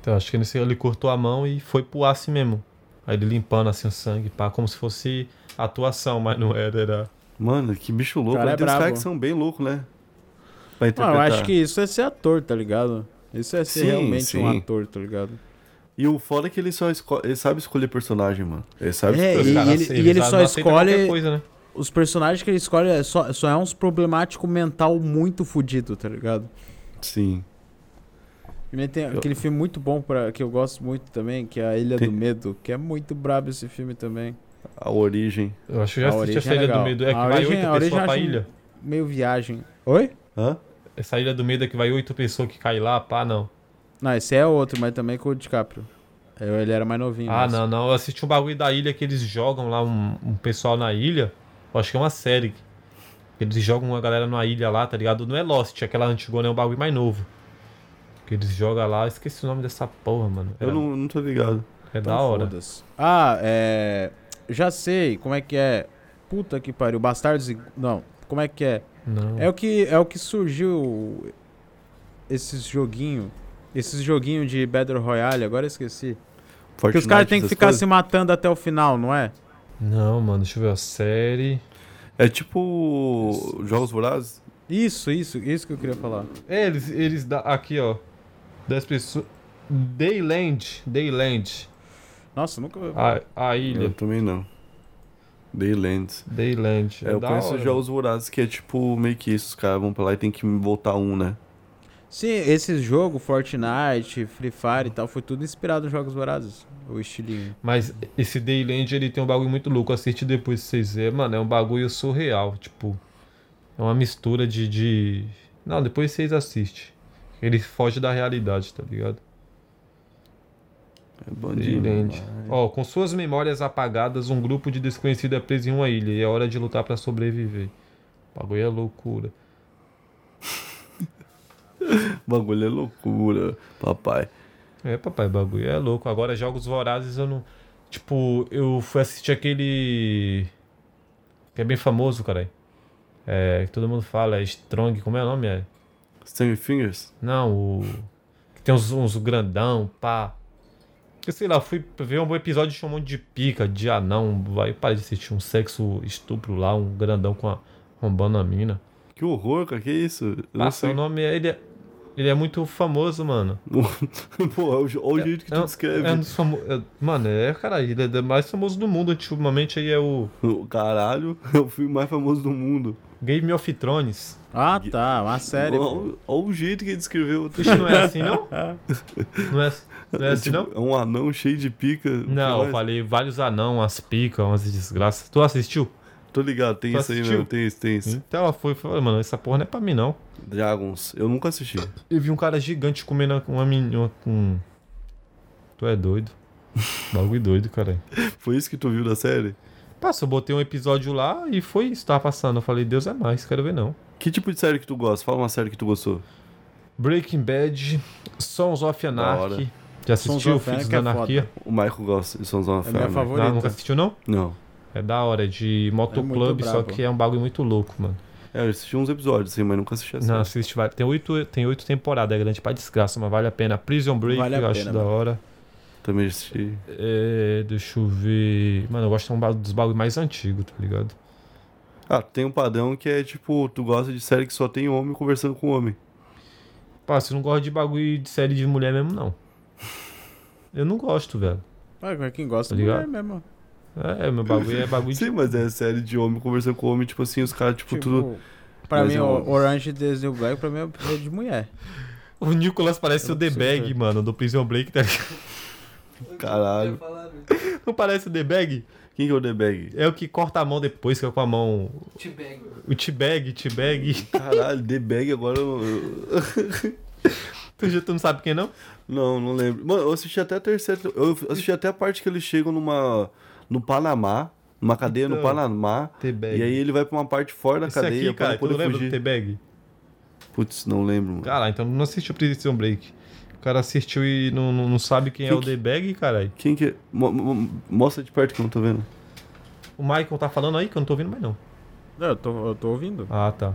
S3: Então, acho que nesse, ele cortou a mão e foi pro ar assim mesmo. Aí ele limpando assim o sangue, pá, como se fosse atuação, mas não era. era...
S1: Mano, que bicho louco.
S2: Cara,
S1: Mas
S2: é
S1: tem uns caras
S2: brabo.
S1: que são bem loucos, né? Pra
S2: Mano, eu
S1: interpretar.
S2: acho que isso é ser ator, tá ligado? Isso é ser
S1: Sim,
S2: realmente um
S1: sim.
S2: ator, tá ligado?
S1: E o foda é que ele só esco... ele sabe escolher personagem, mano. Ele sabe
S2: É,
S1: escolher.
S3: Os
S2: ele-
S3: aceitam-
S2: e ele
S3: não
S2: só
S3: aceitam
S2: escolhe-
S3: qualquer Coisa, né?
S2: Os personagens que ele escolhe é só, só é uns problemático mental muito fudido, tá ligado?
S1: Sim.
S2: Primeiro tem
S1: Eu-
S2: aquele filme muito bom pra, que eu gosto muito também, que é A Ilha
S1: Tem-
S2: do Medo, que é muito brabo esse filme também.
S1: A origem.
S3: Eu acho que já
S2: A
S3: assisti essa
S2: origem é
S3: Ilha do
S2: legal.
S3: Medo. É que
S2: A
S3: vai
S2: origem- a
S3: oito
S2: origem
S3: pessoas
S2: eu
S3: pra
S2: acho-
S3: ilha.
S2: Meio viagem. Oi?
S1: Hã?
S3: Essa Ilha do Medo é que vai oito pessoas que cai lá, pá, não.
S2: Não, esse é outro, mas também com o DiCaprio. Eu, ele era mais novinho.
S3: Ah,
S2: mas-
S3: não, não. Eu assisti um bagulho da ilha que eles jogam lá, um, um pessoal na ilha. Eu acho que é uma série. Eles jogam uma galera numa ilha lá, tá ligado? Não é Lost, aquela antigona é um bagulho mais novo. Que eles jogam lá, eu esqueci o nome dessa porra, mano. É,
S1: Eu não, não tô ligado.
S3: é
S2: Então
S3: da hora.
S2: foda-se. Ah, é. Já sei como é que é. Puta que pariu. Bastardos e. Não, como é que é?
S3: Não.
S2: É o que, é o que surgiu esses joguinho. Esses joguinho de Battle Royale, agora eu esqueci. Porque os caras têm que ficar se matando até o final, não é?
S3: Não, mano, deixa eu ver a série.
S2: assim-
S1: É tipo. Jogos Vorazes?
S2: Isso, isso, isso que eu queria falar.
S3: É, eles, eles da, aqui, ó. Das pessoas. Dayland. Dayland.
S2: Nossa, nunca.
S3: A, a ilha.
S1: Eu também não. Daylands.
S3: Dayland.
S1: É, eu
S3: da
S1: conheço
S3: hora,
S1: Jogos Vorazes, que é tipo meio que isso. Os caras vão pra lá e tem que voltar um, né?
S2: Sim, esses jogos, Fortnite, Free Fire e tal, foi tudo inspirado em Jogos Vorazes. O estilinho.
S3: Mas esse Dayland, ele tem um bagulho muito louco. Assiste depois se vocês verem, mano. É um bagulho surreal. Tipo, é uma mistura de. de... Não, depois vocês assistem. Ele foge da realidade, tá ligado?
S1: É bandido.
S3: Dayland.
S1: É.
S3: Ó, com suas memórias apagadas, um grupo de desconhecidos é preso em uma ilha e é hora de lutar pra sobreviver. O bagulho é loucura.
S1: Bagulho é loucura, papai.
S3: É, papai, o bagulho é louco. Agora, Jogos Vorazes, eu não. Tipo, eu fui assistir aquele. Que é bem famoso, caralho. É, que todo mundo fala, é Strong, como é o nome? É?
S1: Stranger Fingers?
S3: Não, o. Que tem uns, uns grandão, pá. Eu sei lá, fui ver um episódio de um monte de pica, de anão. Vai parar de assistir um sexo estupro lá, um grandão com a. rombando a mina.
S1: Que horror, cara. Que isso? Eu não
S3: Nossa,
S1: sei.
S3: o nome é. Ele é... Ele é muito famoso, mano.
S1: Pô, é o, jo- olha o jeito que
S3: É
S1: tu
S3: um-
S1: descreve.
S3: É um dos famo... é- Mano, é, cara, ele é do mais famoso do mundo. Ultimamente aí é o
S1: O Caralho, é o filme mais famoso do mundo.
S3: Game of Thrones.
S2: Ah, tá. Uma série. pô.
S1: Olha, olha o jeito que ele descreveu.
S3: Ixi, não é assim, não? Não é, não é assim,
S1: Tipo,
S3: não?
S1: é um anão cheio de pica.
S3: Não, eu
S1: Mas-
S3: falei vários anão, umas picas, umas desgraças. Tu assistiu?
S1: Tô ligado, tem
S3: Tu
S1: isso aí
S3: assistiu?
S1: mesmo, tem isso, tem isso.
S3: Então ela foi, falou, mano, essa porra não é pra mim, não.
S1: Dragons, eu nunca assisti.
S3: Eu vi um cara gigante comendo uma menina com. Tu é doido. Bagulho doido, cara.
S1: Foi isso que tu viu da série?
S3: Passa, eu botei um episódio lá e foi isso, tava passando. Eu falei, Deus é mais, quero ver não.
S1: Que tipo de série que tu gosta? Fala uma série que tu gostou.
S3: Breaking Bad, Sons of Anarchy.
S1: hora.
S3: Já
S2: Sons
S3: assistiu
S2: of
S3: Filhos
S2: Anarchy
S3: da
S2: é foda.
S3: Anarquia?
S1: O Michael gosta de Sons of
S2: É minha
S1: Anarchy.
S2: favorita.
S3: Não, nunca assistiu não?
S1: Não.
S3: É da hora, é de
S2: muito
S3: motoclub, só
S2: brabo.
S3: que é um bagulho muito louco, mano.
S1: É, eu assisti uns episódios, assim, mas nunca assisti a série.
S3: Não, assiste, vai. Tem oito, tem oito temporadas, é grande pra desgraça, mas vale a pena. Prison Break,
S2: Vale a
S3: eu acho
S2: pena,
S3: da
S2: mano.
S3: hora.
S1: Também assisti.
S3: É, deixa eu ver. Mano, eu gosto de um ba- dos bagulhos mais antigos, tá ligado?
S1: Ah, tem um padrão que é tipo, tu gosta de série que só tem homem conversando com homem.
S3: Pá, você não gosta de bagulho de série de mulher mesmo, não. Eu não gosto, velho.
S2: Ué, mas quem gosta
S3: Tá
S2: é mulher
S3: ligado?
S2: mesmo.
S3: É, meu bagulho é bagulho de.
S1: Sim, mas é série de homem conversando com homem, tipo assim, os caras, tipo,
S2: Tipo,
S1: tudo.
S2: pra
S1: Mas
S2: mim,
S1: é
S2: o
S1: um-
S2: Orange is the New Black, pra mim é de mulher.
S3: O Nicolas parece
S2: Eu
S3: o
S2: não
S3: The
S2: consigo
S3: Bag,
S2: ver.
S3: mano, do Prison Break, tá ligado?
S1: Caralho.
S3: Não parece o The Bag?
S1: Quem que é o The Bag?
S3: É o que corta a mão depois, que é com a mão. O T-Bag, T-Bag.
S1: Caralho, The Bag agora eu, eu-
S3: Tu já tu não sabe quem é, não?
S1: Não, não lembro. Mano, eu assisti até a terceira. Eu assisti até a parte que eles chegam numa. no Panamá. Numa cadeia no
S3: Então,
S1: Panamá.
S3: T-Bag.
S1: E aí ele vai pra uma parte fora da
S3: Esse
S1: cadeia
S3: aqui, cara,
S1: pra
S3: tu
S1: não poder
S3: lembra do
S1: fugir.
S3: T-Bag?
S1: Putz, não lembro, mano.
S3: Cara, então não assistiu Prison Break. O cara assistiu e não, não, não sabe quem é
S1: Quem
S3: o
S1: que-
S3: The Bag, caralho.
S1: Quem que é? Mo- mo- Mostra de perto que eu não tô vendo.
S3: O Michael tá falando aí que eu não tô ouvindo mais, não.
S2: Não, É, eu tô, eu tô ouvindo.
S3: Ah, tá.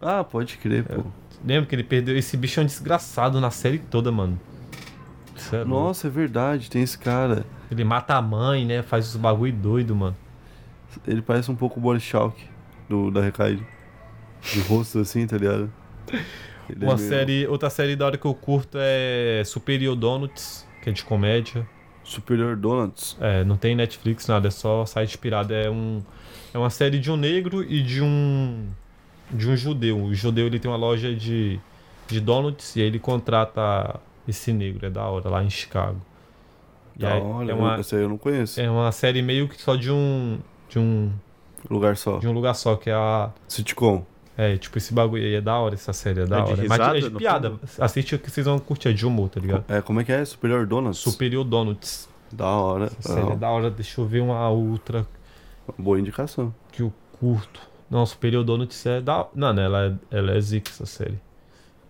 S1: Ah, pode crer,
S3: É,
S1: pô.
S3: Lembra que ele perdeu. Esse bicho é um desgraçado na série toda, mano. Cê é louco.
S1: Nossa, é verdade, tem esse cara.
S3: Ele mata a mãe, né? Faz os bagulho doido, mano.
S1: Ele parece um pouco o Boris Chalk do, da Recaide. De rosto assim, tá ligado? Ele é
S3: Uma
S1: meio-
S3: série, outra série da hora que eu curto é Superior Donuts, que é de comédia.
S1: Superior Donuts.
S3: É, não tem Netflix, nada, é só site pirado. É, um, é uma série de um negro e de um de um judeu. O judeu ele tem uma loja de, de donuts e aí ele contrata esse negro, é da hora, lá em Chicago. E
S1: Da
S3: aí,
S1: hora,
S3: é, uma,
S1: essa aí eu não conheço.
S3: é uma série meio que só de um de um
S1: Lugar só.
S3: de um lugar só, que é a
S1: Sitcom.
S3: É, tipo, esse bagulho aí é da hora, essa série é da
S2: É de
S3: hora.
S2: risada,
S3: Mas é de
S2: no
S3: piada. Assiste o que vocês vão curtir, é de humor, tá ligado?
S1: É, como é que é? Superior Donuts?
S3: Superior Donuts.
S1: Da hora.
S3: Essa série é
S1: Ah,
S3: da hora. Deixa eu ver uma outra
S1: Boa indicação.
S3: que eu curto. Não, Superior Donuts é da hora. Não, né? Ela é, ela é zica, essa série.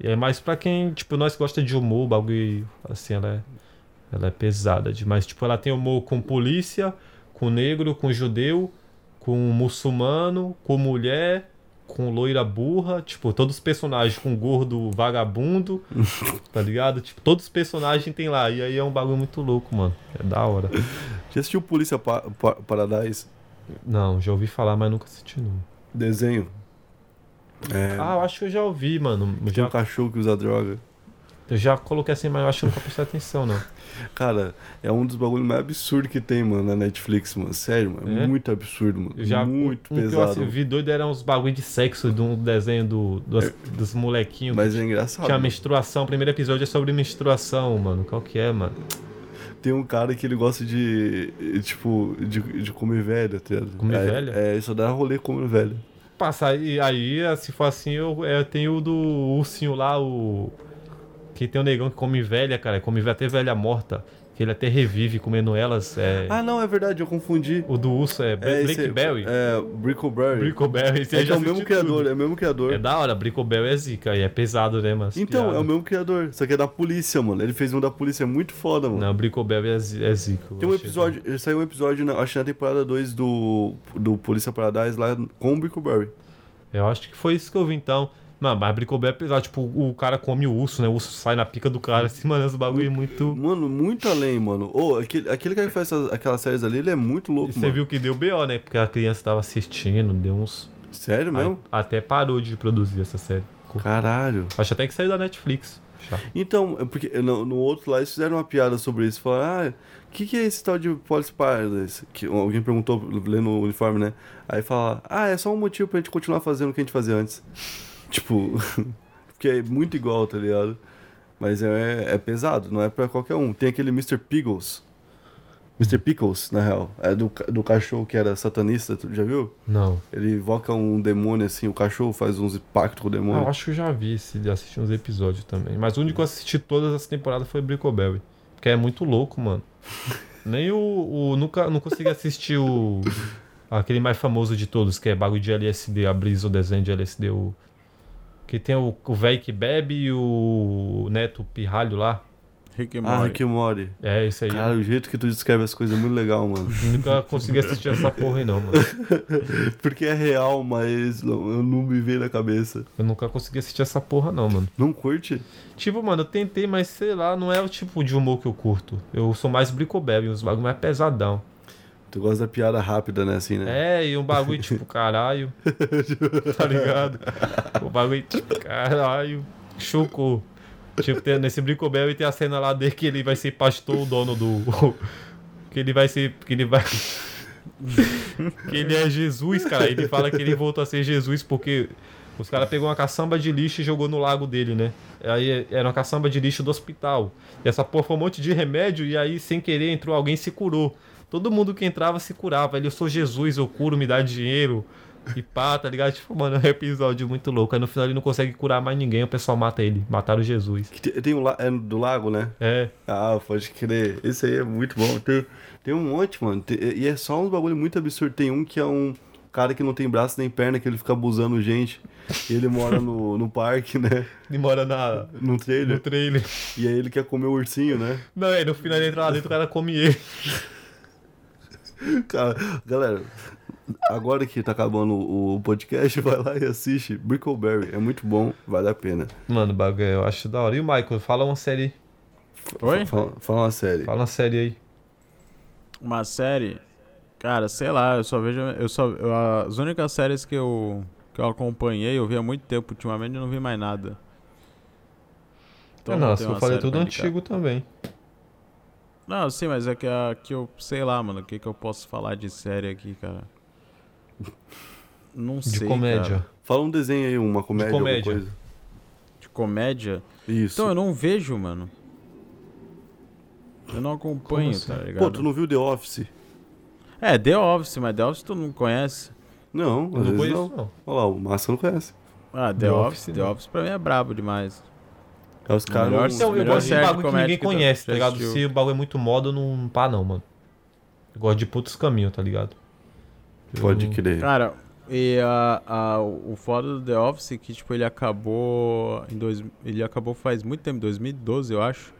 S3: E é mais pra quem, tipo, nós que gosta de humor, bagulho, assim, ela é, ela é pesada demais. Tipo, ela tem humor com polícia, com negro, com judeu, com muçulmano, com mulher, com loira burra, tipo, todos os personagens, com gordo vagabundo, tá ligado? Tipo, todos os personagens tem lá. E aí é um bagulho muito louco, mano. É da hora.
S1: Já assistiu Polícia Pa- Pa- Paradise?
S3: Não, já ouvi falar, mas nunca assisti, não.
S1: Desenho. É,
S3: Ah, eu acho que eu já ouvi, mano. Eu
S1: tem um
S3: já,
S1: cachorro que usa droga.
S3: eu já coloquei assim, mas eu acho que eu nunca prestei atenção, não.
S1: Cara, é um dos bagulhos mais absurdos que tem, mano, na Netflix, mano. Sério, mano. É
S3: É?
S1: muito absurdo, mano.
S3: Eu já,
S1: muito
S3: um que eu
S1: pesado.
S3: assi- vi doido era uns bagulho de sexo de um desenho do, dos, dos
S1: É.
S3: molequinhos.
S1: Mas é
S3: que
S1: engraçado.
S3: Tinha
S1: mano.
S3: menstruação, o primeiro episódio é sobre menstruação, mano. Qual que é, mano?
S1: Tem um cara que ele gosta de. eh, Tipo, de, de comer velho, tá ligado?
S3: Comer
S1: é,
S3: velho?
S1: É, isso dá rolê comer velho.
S3: Passa aí, aí, se for assim, eu, é, tem o do ursinho lá, o. Que tem o negão que come velha, cara. Come velha- até velha morta. Que ele até revive comendo elas. É,
S1: Ah, não, é verdade, eu confundi.
S3: o do urso é, Bla-
S1: esse-
S3: Blackberry.
S1: É, Brickleberry.
S3: Brickleberry. esse
S1: É
S3: aí
S1: que
S3: já
S1: é o mesmo
S3: assisti
S1: criador,
S3: tudo.
S1: é o mesmo criador.
S3: É da hora, Bricobel é zica e é pesado, né, mas.
S1: então, é o mesmo criador. Só que é da polícia, mano. Ele fez um da polícia, é muito foda, mano.
S3: Não, Bricobel é, zi- é zica. eu
S1: Tem um
S3: achei.
S1: episódio, saiu um episódio, na, acho que na temporada 2 do, do Polícia Paradise lá com o Brickleberry.
S3: Eu acho que foi isso que eu vi então. Não, mas Bricobel é pesado. Tipo, o cara come o urso, né? O urso sai na pica do cara, assim, mano, esse bagulho é muito.
S1: Mano, muito além, mano. Ô, aquele, aquele cara que faz essas- aquelas séries ali, ele é muito
S3: E
S1: louco,
S3: você
S1: mano.
S3: viu que deu BO, né? Porque a criança tava assistindo, deu uns.
S1: Sério mesmo?
S3: Aí, até parou de produzir essa série. Maluco.
S1: Caralho.
S3: Acho até que saiu da Netflix. Já.
S1: Então, é porque no, no outro lá eles fizeram uma piada sobre isso. Falaram, ah, o que, que é esse tal de Police Paradise? Que um, alguém perguntou lendo o uniforme, né? Aí fala, ah, é só um motivo pra gente continuar fazendo o que a gente fazia antes. Tipo, porque é muito igual, tá ligado? Mas é, é pesado, não é pra qualquer um. Tem aquele Mr. Pickles. Mr. Pickles, na real. É do, ca- do cachorro que era satanista, tu já viu?
S3: Não.
S1: Ele invoca um demônio assim, o cachorro faz uns pactos com o
S3: Ah,
S1: demônio.
S3: eu acho que eu já vi esse, já assisti uns episódios também. Mas o único que eu assisti todas as temporadas foi Brickleberry. Porque é muito louco, mano. Nem o. o- nunca não consegui assistir o. Aquele mais famoso de todos, que é bagulho de LSD, a brisa, o desenho de LSD. O, que tem o o velho que bebe e o neto pirralho lá.
S2: Rick e
S1: Ah,
S2: Morty.
S1: que more.
S3: É, isso aí.
S1: Cara, o jeito que tu descreve as coisas é muito legal, mano.
S3: Nunca consegui assistir essa porra aí, não, mano.
S1: Porque é real, mas não, eu não me veio na cabeça.
S3: Eu nunca consegui assistir essa porra, não, mano.
S1: Não curte?
S3: Tipo, mano, eu tentei, mas sei lá, não é o tipo de humor que eu curto. Eu sou mais Brickleberry, uns bagulho mais pesadão.
S1: Tu gosta da piada rápida, né? Assim, né?
S3: É, e um bagulho tipo, caralho. tá ligado? O bagulho tipo, caralho. Chocou. Tipo, tem, nesse Brickleberry tem a cena lá dele que ele vai ser pastor, o dono do. Que ele vai ser. Que ele vai. que ele é Jesus, cara. Ele fala que ele voltou a ser Jesus porque os caras pegou uma caçamba de lixo e jogou no lago dele, né? Aí era uma caçamba de lixo do hospital. E essa porra foi um monte de remédio e aí, sem querer, entrou alguém e se curou. Todo mundo que entrava se curava. Ele, eu sou Jesus, eu curo, me dá dinheiro. E pá, tá ligado? Tipo, mano, é um episódio muito louco. Aí no final ele não consegue curar mais ninguém, o pessoal mata ele. Mataram Jesus.
S1: Que te- Tem um la... é do lago, né?
S3: É,
S1: Ah, pode crer. Esse aí é muito bom. Tem, tem um monte, mano. Tem- e é só uns bagulho muito absurdo. Tem um que é um cara que não tem braço nem perna, que ele fica abusando gente. E ele mora no, no parque, né?
S3: ele mora na,
S1: Num
S3: no
S1: trailer.
S3: trailer.
S1: E aí ele quer comer o ursinho, né?
S3: Não, aí no final ele entra lá dentro, o cara come ele.
S1: Cara, galera, agora que tá acabando o o podcast, vai lá e assiste Brickleberry. É muito bom, vale a pena.
S3: Mano, bagulho, eu acho da hora. E o Michael, fala uma série.
S2: Oi?
S1: Fala, fala uma série.
S3: Fala uma série aí.
S2: Uma série. Cara, sei lá, eu só vejo. Eu só, eu- as únicas séries que eu, que eu acompanhei, eu vi há muito tempo. Ultimamente eu não vi mais nada.
S3: Ah,
S2: não
S3: não,
S2: tem
S3: se eu
S2: Então uma
S3: falei
S2: série
S3: tudo
S2: pra indicar.
S3: antigo também.
S2: Não, sim, mas é que, a, que eu. Sei lá, mano. O que, que eu posso falar de série aqui, cara? Não
S3: De
S2: sei.
S3: comédia.
S2: cara.
S1: Fala um desenho aí, uma comédia, alguma
S3: comédia.
S1: coisa.
S2: De comédia?
S1: Isso.
S2: Então eu não vejo, mano. Eu não acompanho,
S3: assim?
S2: tá ligado?
S1: Pô, tu não viu The Office?
S2: É, The Office, mas The Office tu não conhece.
S1: Não, às
S3: Eu não
S1: vezes
S3: conheço,
S1: não.
S3: não.
S1: Olha lá, o Massa não conhece.
S2: Ah, The,
S3: The
S2: Office,
S3: Office,
S2: The
S3: não.
S2: Office pra mim é brabo demais.
S1: É os caras.
S2: Melhor
S1: não-
S3: Então, eu
S2: melhor
S3: gosto de
S2: série de
S3: bagulho que
S2: comédia
S3: ninguém
S2: que tu
S3: conhece,
S2: já
S3: tá ligado?
S2: assistiu.
S3: Se o bagulho é muito moda, eu não pá não, mano. Eu gosto de putos caminhos, tá ligado? Eu
S1: Pode
S3: não-
S1: crer.
S2: Cara, e a, a- o foda do The Office é que, tipo, ele acabou em dois, ele acabou faz muito tempo, 2012, eu acho.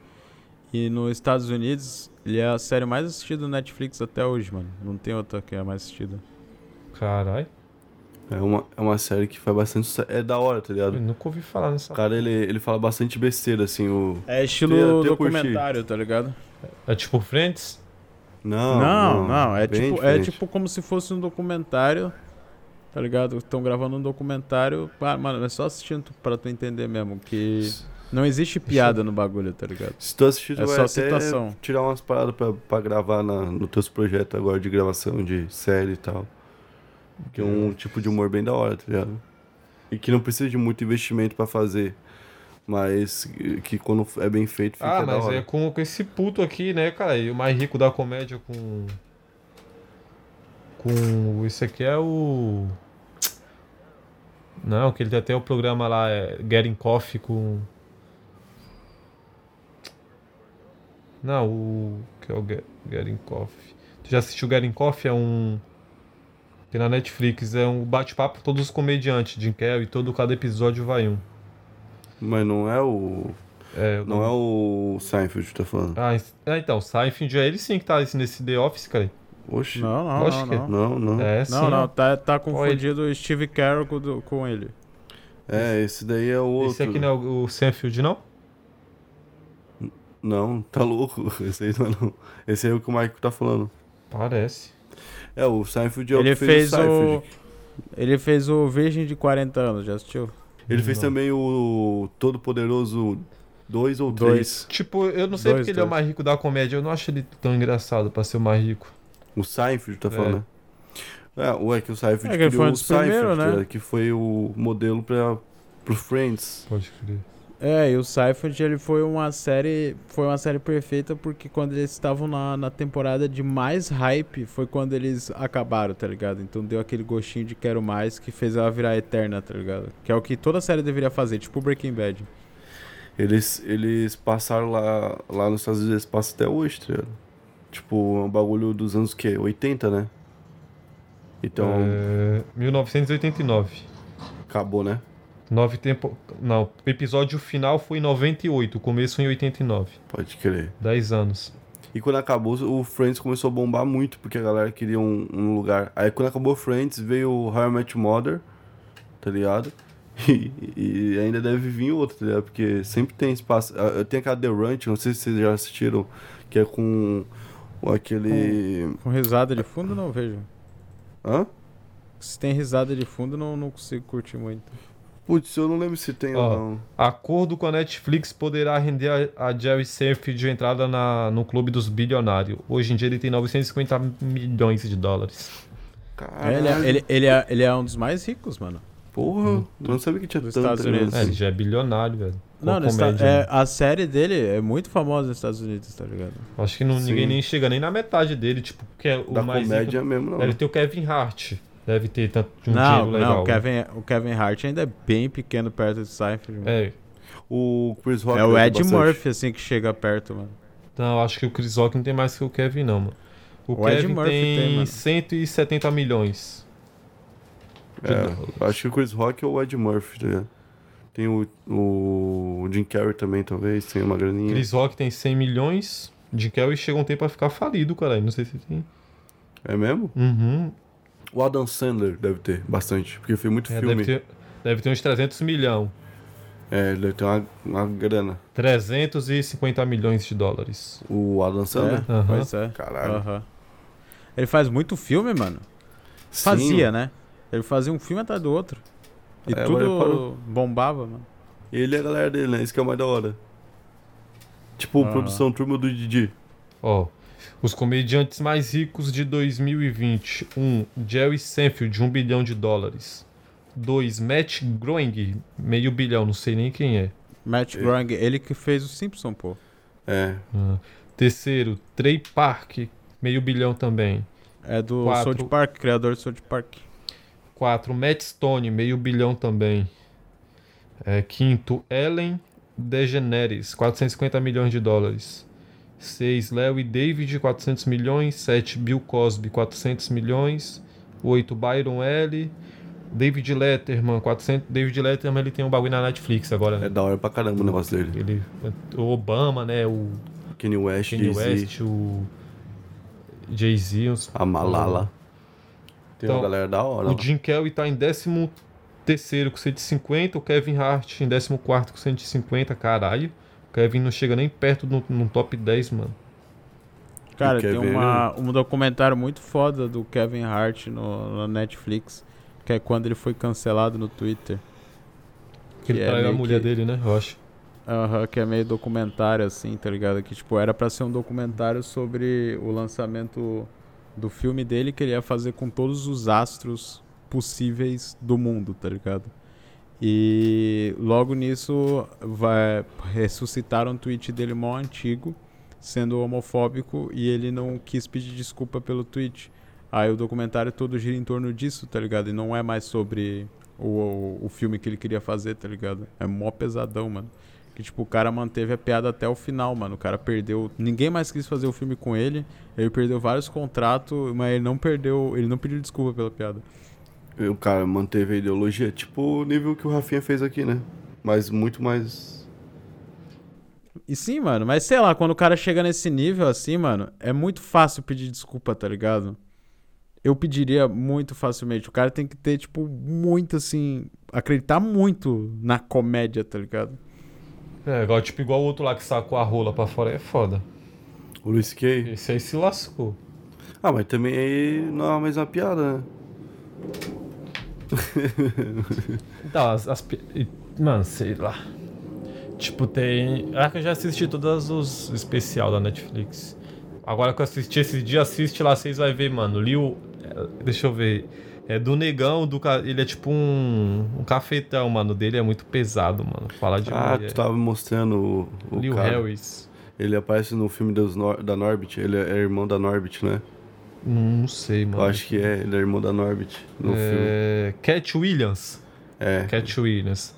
S2: E nos Estados Unidos, ele é a série mais assistida do Netflix até hoje, mano. Não tem outra que é mais assistida.
S3: Caralho,
S1: É uma, é uma série que faz bastante sucesso. É da hora, tá
S3: eu
S1: ligado?
S3: nunca ouvi falar nessa.
S1: O cara, ele, ele fala bastante besteira, assim, o...
S2: É estilo
S1: Até- até eu curti.
S2: documentário, tá ligado?
S3: É tipo Friends?
S1: Não,
S2: Não, não, é,
S1: bem
S2: tipo, é
S1: diferente.
S2: tipo como se fosse um documentário, tá ligado? Estão gravando um documentário, ah, mano, é só assistindo tu- pra tu entender mesmo que não existe piada no bagulho, tá ligado?
S1: Se tu assistir, tu
S2: É
S1: vai
S2: só
S1: até
S2: situação.
S1: tirar umas paradas pra, pra gravar na, nos teus projetos agora de gravação de série e tal. Que é um tipo de humor bem da hora, tá ligado? E que não precisa de muito investimento pra fazer. Mas que quando é bem feito, fica
S3: ah,
S1: da
S3: mas
S1: hora.
S3: é com, com esse puto aqui, né, cara? E o mais rico da comédia com. Com. Esse aqui é o. Não, que ele tem até o programa lá, é Getting Coffee com. Não, o. Que é o Get- Getting Coffee. Tu já assistiu Getting Coffee? É um. Tem na Netflix, é um bate-papo com todos os comediantes, Jim Carrey, todo cada episódio vai um.
S1: Mas não é o.
S3: É,
S1: Não é o Seinfeld que tá falando.
S3: Ah, esse- ah, então, Seinfeld é ele sim que tá esse- nesse The Office, cara.
S1: Oxi.
S2: Não, não,
S3: Lógico
S2: não,
S3: que
S2: não.
S1: Não, não. É,
S3: É, sim.
S2: Não, não,
S3: ó.
S2: tá, tá
S3: ele-
S2: confundido o Steve Carell com, do- com ele.
S1: esse daí é o outro.
S3: Esse aqui não é o, o Seinfeld, não?
S1: Não, tá louco. Esse aí não é não. Esse aí é o que o Michael tá falando.
S3: Parece.
S1: É, o Seinfeld é o
S2: Ele
S1: que fez,
S2: fez
S1: o Seinfeld.
S2: o ele fez o Virgem de 40 anos, já assistiu?
S1: Ele fez também o Todo Poderoso 2 ou 3.
S3: Tipo, eu não sei
S2: Dois,
S3: porque ele é
S2: dois.
S3: o mais rico da comédia. Eu não acho ele tão engraçado pra ser o mais rico.
S1: O Seinfeld, tá falando? É, ué, que o Seinfeld
S2: É que ele
S1: criou
S2: foi um
S1: o
S2: dos primeiros,
S1: Seinfeld,
S2: né?
S1: né, que foi o modelo pra, pro Friends.
S3: Pode crer.
S2: É, e o Seinfeld ele foi uma série, foi uma série perfeita porque quando eles estavam na, na temporada de mais hype foi quando eles acabaram, tá ligado? Então deu aquele gostinho de quero mais que fez ela virar eterna, tá ligado? Que é o que toda série deveria fazer, tipo Breaking Bad.
S1: Eles, eles passaram lá, lá nos Estados Unidos, eles passam até hoje, tá ligado? Tipo, é um bagulho dos anos que 80, né? Então,
S3: É, 1989.
S1: acabou, né?
S3: Nove tempo. Não, o episódio final foi em 98, o começo em 89.
S1: Pode crer.
S3: 10 anos.
S1: E quando acabou, o Friends começou a bombar muito, porque a galera queria um, um lugar. Aí quando acabou o Friends, veio o How I Met Your Mother, tá ligado? E, e ainda deve vir outro, tá ligado? Porque sempre tem espaço. Ah, Eu tenho aquela The Ranch, não sei se vocês já assistiram, que é com com aquele...
S2: Com risada de fundo não vejo.
S1: Hã?
S2: Se tem risada de fundo não, não consigo curtir muito.
S1: Putz, eu não lembro se tem ou
S3: Ó.
S1: não.
S3: Acordo com a Netflix poderá render a, a Jerry Seinfeld de entrada na, no clube dos bilionários. Hoje em dia ele tem 950 milhões de dólares.
S1: Caralho,
S2: É, ele, é, ele, ele é, ele é um dos mais ricos, mano.
S1: porra, eu não sabia que tinha
S2: Dos
S1: tanto.
S2: Estados Unidos.
S3: É, ele já é bilionário, velho. Com
S2: Não, nos
S3: comédia, né?
S2: Esta- é, a série dele é muito famosa nos Estados Unidos, tá ligado?
S3: Acho que não,
S1: Sim.
S3: ninguém nem chega nem na metade dele, tipo, que é o
S1: Da
S3: mais rico-
S1: comédia mesmo,
S2: é,
S1: não.
S3: Deve ter o Kevin Hart. Deve ter tanto de um
S2: não,
S3: dinheiro
S2: não,
S3: legal.
S2: o Kevin, o Kevin Hart ainda é bem pequeno perto de Seinfeld. mano.
S3: É.
S1: O Chris
S2: É,
S1: Rock
S2: o
S1: ajuda
S2: Ed
S1: bastante.
S2: Murphy, assim, que chega perto, mano.
S3: Não, então, acho que o Chris Rock não tem mais que o Kevin, não, mano. O,
S2: O Ed
S3: Kevin
S2: Murphy
S3: tem,
S2: tem, mano.
S3: 170 milhões.
S1: É, acho que o Chris Rock é o Ed Murphy, tá ligado? Tem o, o Jim Carrey também, talvez, tem uma graninha.
S3: Chris Rock tem 100 milhões. Jim Carrey chega um tempo a ficar falido, caralho. Não sei se tem.
S1: É mesmo?
S3: Uhum.
S1: O Adam Sandler deve ter bastante, porque foi muito
S3: É,
S1: filme.
S3: deve, ter, deve ter uns 300 milhão.
S1: É, ele deve ter uma, uma grana.
S3: 350 milhões de dólares.
S1: O Adam Sandler?
S2: É,
S3: Aham.
S2: Pois é.
S1: Caralho.
S3: Ah.
S2: Aham. Ele faz muito filme, mano.
S1: Sim.
S2: Fazia, né? Ele fazia um filme atrás do outro. E
S1: É, agora ele
S2: tudo
S1: parou.
S2: bombava, mano.
S1: Ele é a galera dele, né? Isso que é o mais da hora. Tipo,
S2: Ah.
S1: produção Turma do Didi.
S3: Ó. Os comediantes mais ricos de 2020. 1. Um, Jerry Seinfeld, 1 bilhão de dólares. 2. Matt Groening, meio bilhão, não sei nem quem é.
S2: Matt
S1: É.
S2: Groening, ele que fez o Simpson, pô.
S1: É.
S3: Ah, Terceiro, Trey Park, meio bilhão também.
S2: É do
S3: Quatro.
S2: South Park, criador do South Park.
S3: 4. Matt Stone, meio bilhão também. É, quinto, Ellen DeGeneres, 450 milhões de dólares. 6. Larry David, 400 milhões. 7. Bill Cosby, 400 milhões. 8. Byron L. David Letterman, 400... David Letterman ele tem um bagulho na Netflix agora.
S1: É
S3: né?
S1: da hora pra caramba o negócio dele.
S3: Ele... O Obama, né? O
S1: Kanye West,
S3: Kanye
S1: Jay-Z,
S3: West, o Jay-Z, uns
S1: a Malala. Tem uma
S3: Então,
S1: galera da hora. lá.
S3: O Jim Kelly tá em 13 terceiro com 150, o Kevin Hart em 14 quarto com 150, caralho. O Kevin não chega nem perto no, no top 10, mano.
S2: Cara,
S1: Tu
S2: tem
S1: quer ver?
S2: uma, um documentário muito foda do Kevin Hart no, na Netflix, que é quando ele foi cancelado no Twitter.
S3: Que ele
S2: Que é
S3: traiu a
S2: meio
S3: mulher
S2: que-
S3: dele, né? Eu acho.
S2: Aham, que é meio documentário, assim, tá ligado? Que, tipo, era pra ser um documentário sobre o lançamento do filme dele que ele ia fazer com todos os astros possíveis do mundo, tá ligado? E logo nisso vai, ressuscitaram um tweet dele mó antigo, sendo homofóbico, e ele não quis pedir desculpa pelo tweet. Aí o documentário todo gira em torno disso, tá ligado? E não é mais sobre o, o, o filme que ele queria fazer, tá ligado? É mó pesadão, mano. Que tipo, o cara manteve a piada até o final, mano. O cara perdeu. Ninguém mais quis fazer o filme com ele. Ele perdeu vários contratos, mas ele não perdeu. Ele não pediu desculpa pela piada.
S1: O cara manteve a ideologia, tipo o nível que o Rafinha fez aqui, né? Mas muito mais.
S2: E sim, mano, mas sei lá, quando o cara chega nesse nível assim, mano, é muito fácil pedir desculpa, tá ligado? Eu pediria muito facilmente. O cara tem que ter, tipo, muito assim. Acreditar muito na comédia, tá ligado?
S3: É, igual, tipo, igual o outro lá que sacou a rola pra fora, é foda.
S1: O Luiz Kay.
S3: Esse aí se lascou.
S1: Ah, mas também aí não é mais uma piada, né?
S3: Então, as, as pi- e- Mano, sei lá. Tipo, tem. Ah, que eu já assisti todos os especial da Netflix. Agora que eu assisti esses dias, assiste lá, vocês vão ver, mano. Liu. é, Deixa eu ver. É do negão, do ca- ele é tipo um, um cafetão, mano. O Dele é muito pesado, mano. Falar de
S1: Ah,
S3: mulher.
S1: tu tava me mostrando o, o
S3: Tipo, é Lil
S1: cara.
S3: Harris.
S1: Ele aparece no filme dos Nor- da Norbit, ele é irmão da Norbit, né?
S3: Não sei, mano.
S1: Eu acho que é, ele é irmão da Norbit no filme.
S3: É, Cat Williams.
S1: É.
S3: Cat Williams.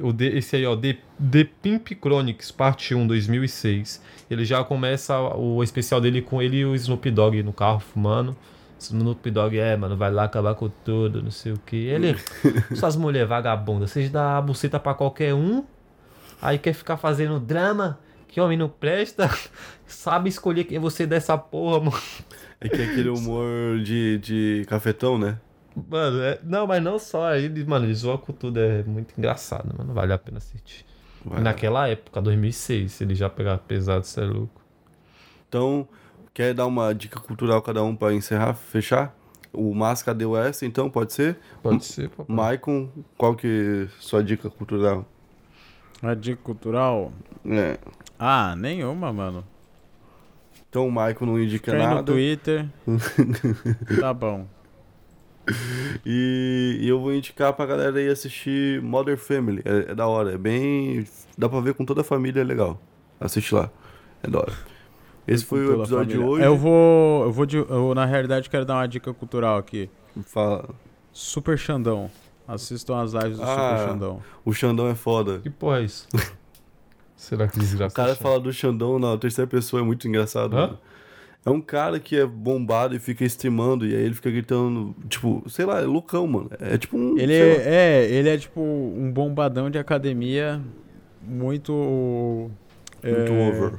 S3: O de, esse aí, ó, The, The Pimp Chronicles, parte 1, 2006. Ele já começa o especial dele com ele e o Snoop Dogg no carro fumando. Snoop Dogg, é, mano, vai lá acabar com tudo, não sei o que. Ele, suas mulheres vagabundas, vocês dão a buceta pra qualquer um, aí quer ficar fazendo drama, que homem não presta, sabe escolher quem você dessa porra, mano.
S1: É que é aquele humor de, de cafetão, né?
S3: Mano, é- não, mas não só. Ele, mano, ele zoa com tudo. É muito engraçado, mano. Vale a pena assistir.
S1: Vai lá.
S3: Naquela época, 2006, ele já pegava pesado, você é louco.
S1: Então, quer dar uma dica cultural cada um pra encerrar, fechar? O Masca deu essa, então, pode ser?
S3: Pode ser,
S2: Hum.
S3: papai.
S1: Maicon, qual que é sua dica cultural?
S2: A dica cultural?
S1: É.
S2: Ah, nenhuma, mano.
S1: Então o Maicon não indica
S2: Fica aí no
S1: nada.
S2: Twitter. tá bom.
S1: E, e eu vou indicar pra galera aí assistir Mother Family. É, é da hora, é bem. Dá pra ver com toda a família, é legal. Assiste lá. É da hora. Esse foi o
S2: Cultura
S1: episódio de
S2: familiar.
S1: hoje.
S2: É, Eu vou. Eu vou de- eu, na realidade, quero dar uma dica cultural aqui.
S1: Fala.
S2: Super Xandão. Assistam as lives do
S1: Ah.
S2: Super Xandão.
S1: O Xandão é foda.
S3: Que porra é isso? Será que desgraça?
S1: O cara fala do Xandão na terceira pessoa, é muito engraçado.
S3: Hã?
S1: mano. É um cara que é bombado e fica streamando, e aí ele fica gritando, tipo, sei lá, é loucão, mano. É tipo um.
S2: Ele
S1: sei lá.
S2: é, ele é tipo um bombadão de academia muito.
S1: Muito um
S2: é,
S1: over.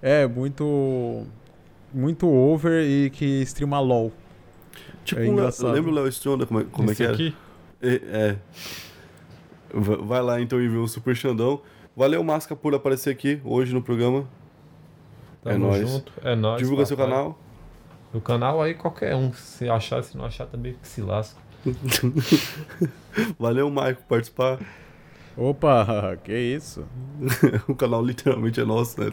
S2: É, muito. Muito over e que streama LOL.
S1: Tipo,
S2: é
S1: um Le-
S2: engraçado.
S1: lembra o Léo Stronda, como é, como é que
S3: Esse
S1: era?
S3: aqui?
S1: É. é. Va- Vai lá então e vê o Super Xandão. Valeu, Masca, por aparecer aqui hoje no programa.
S3: Tamo
S1: É nóis.
S3: junto. É nóis.
S1: Divulga seu
S3: papai.
S1: canal.
S3: Meu canal aí, qualquer um. Se achar, se não achar, também que se lasca.
S1: Valeu, Maico, por participar.
S2: Opa, que isso?
S1: o canal literalmente é nosso, né?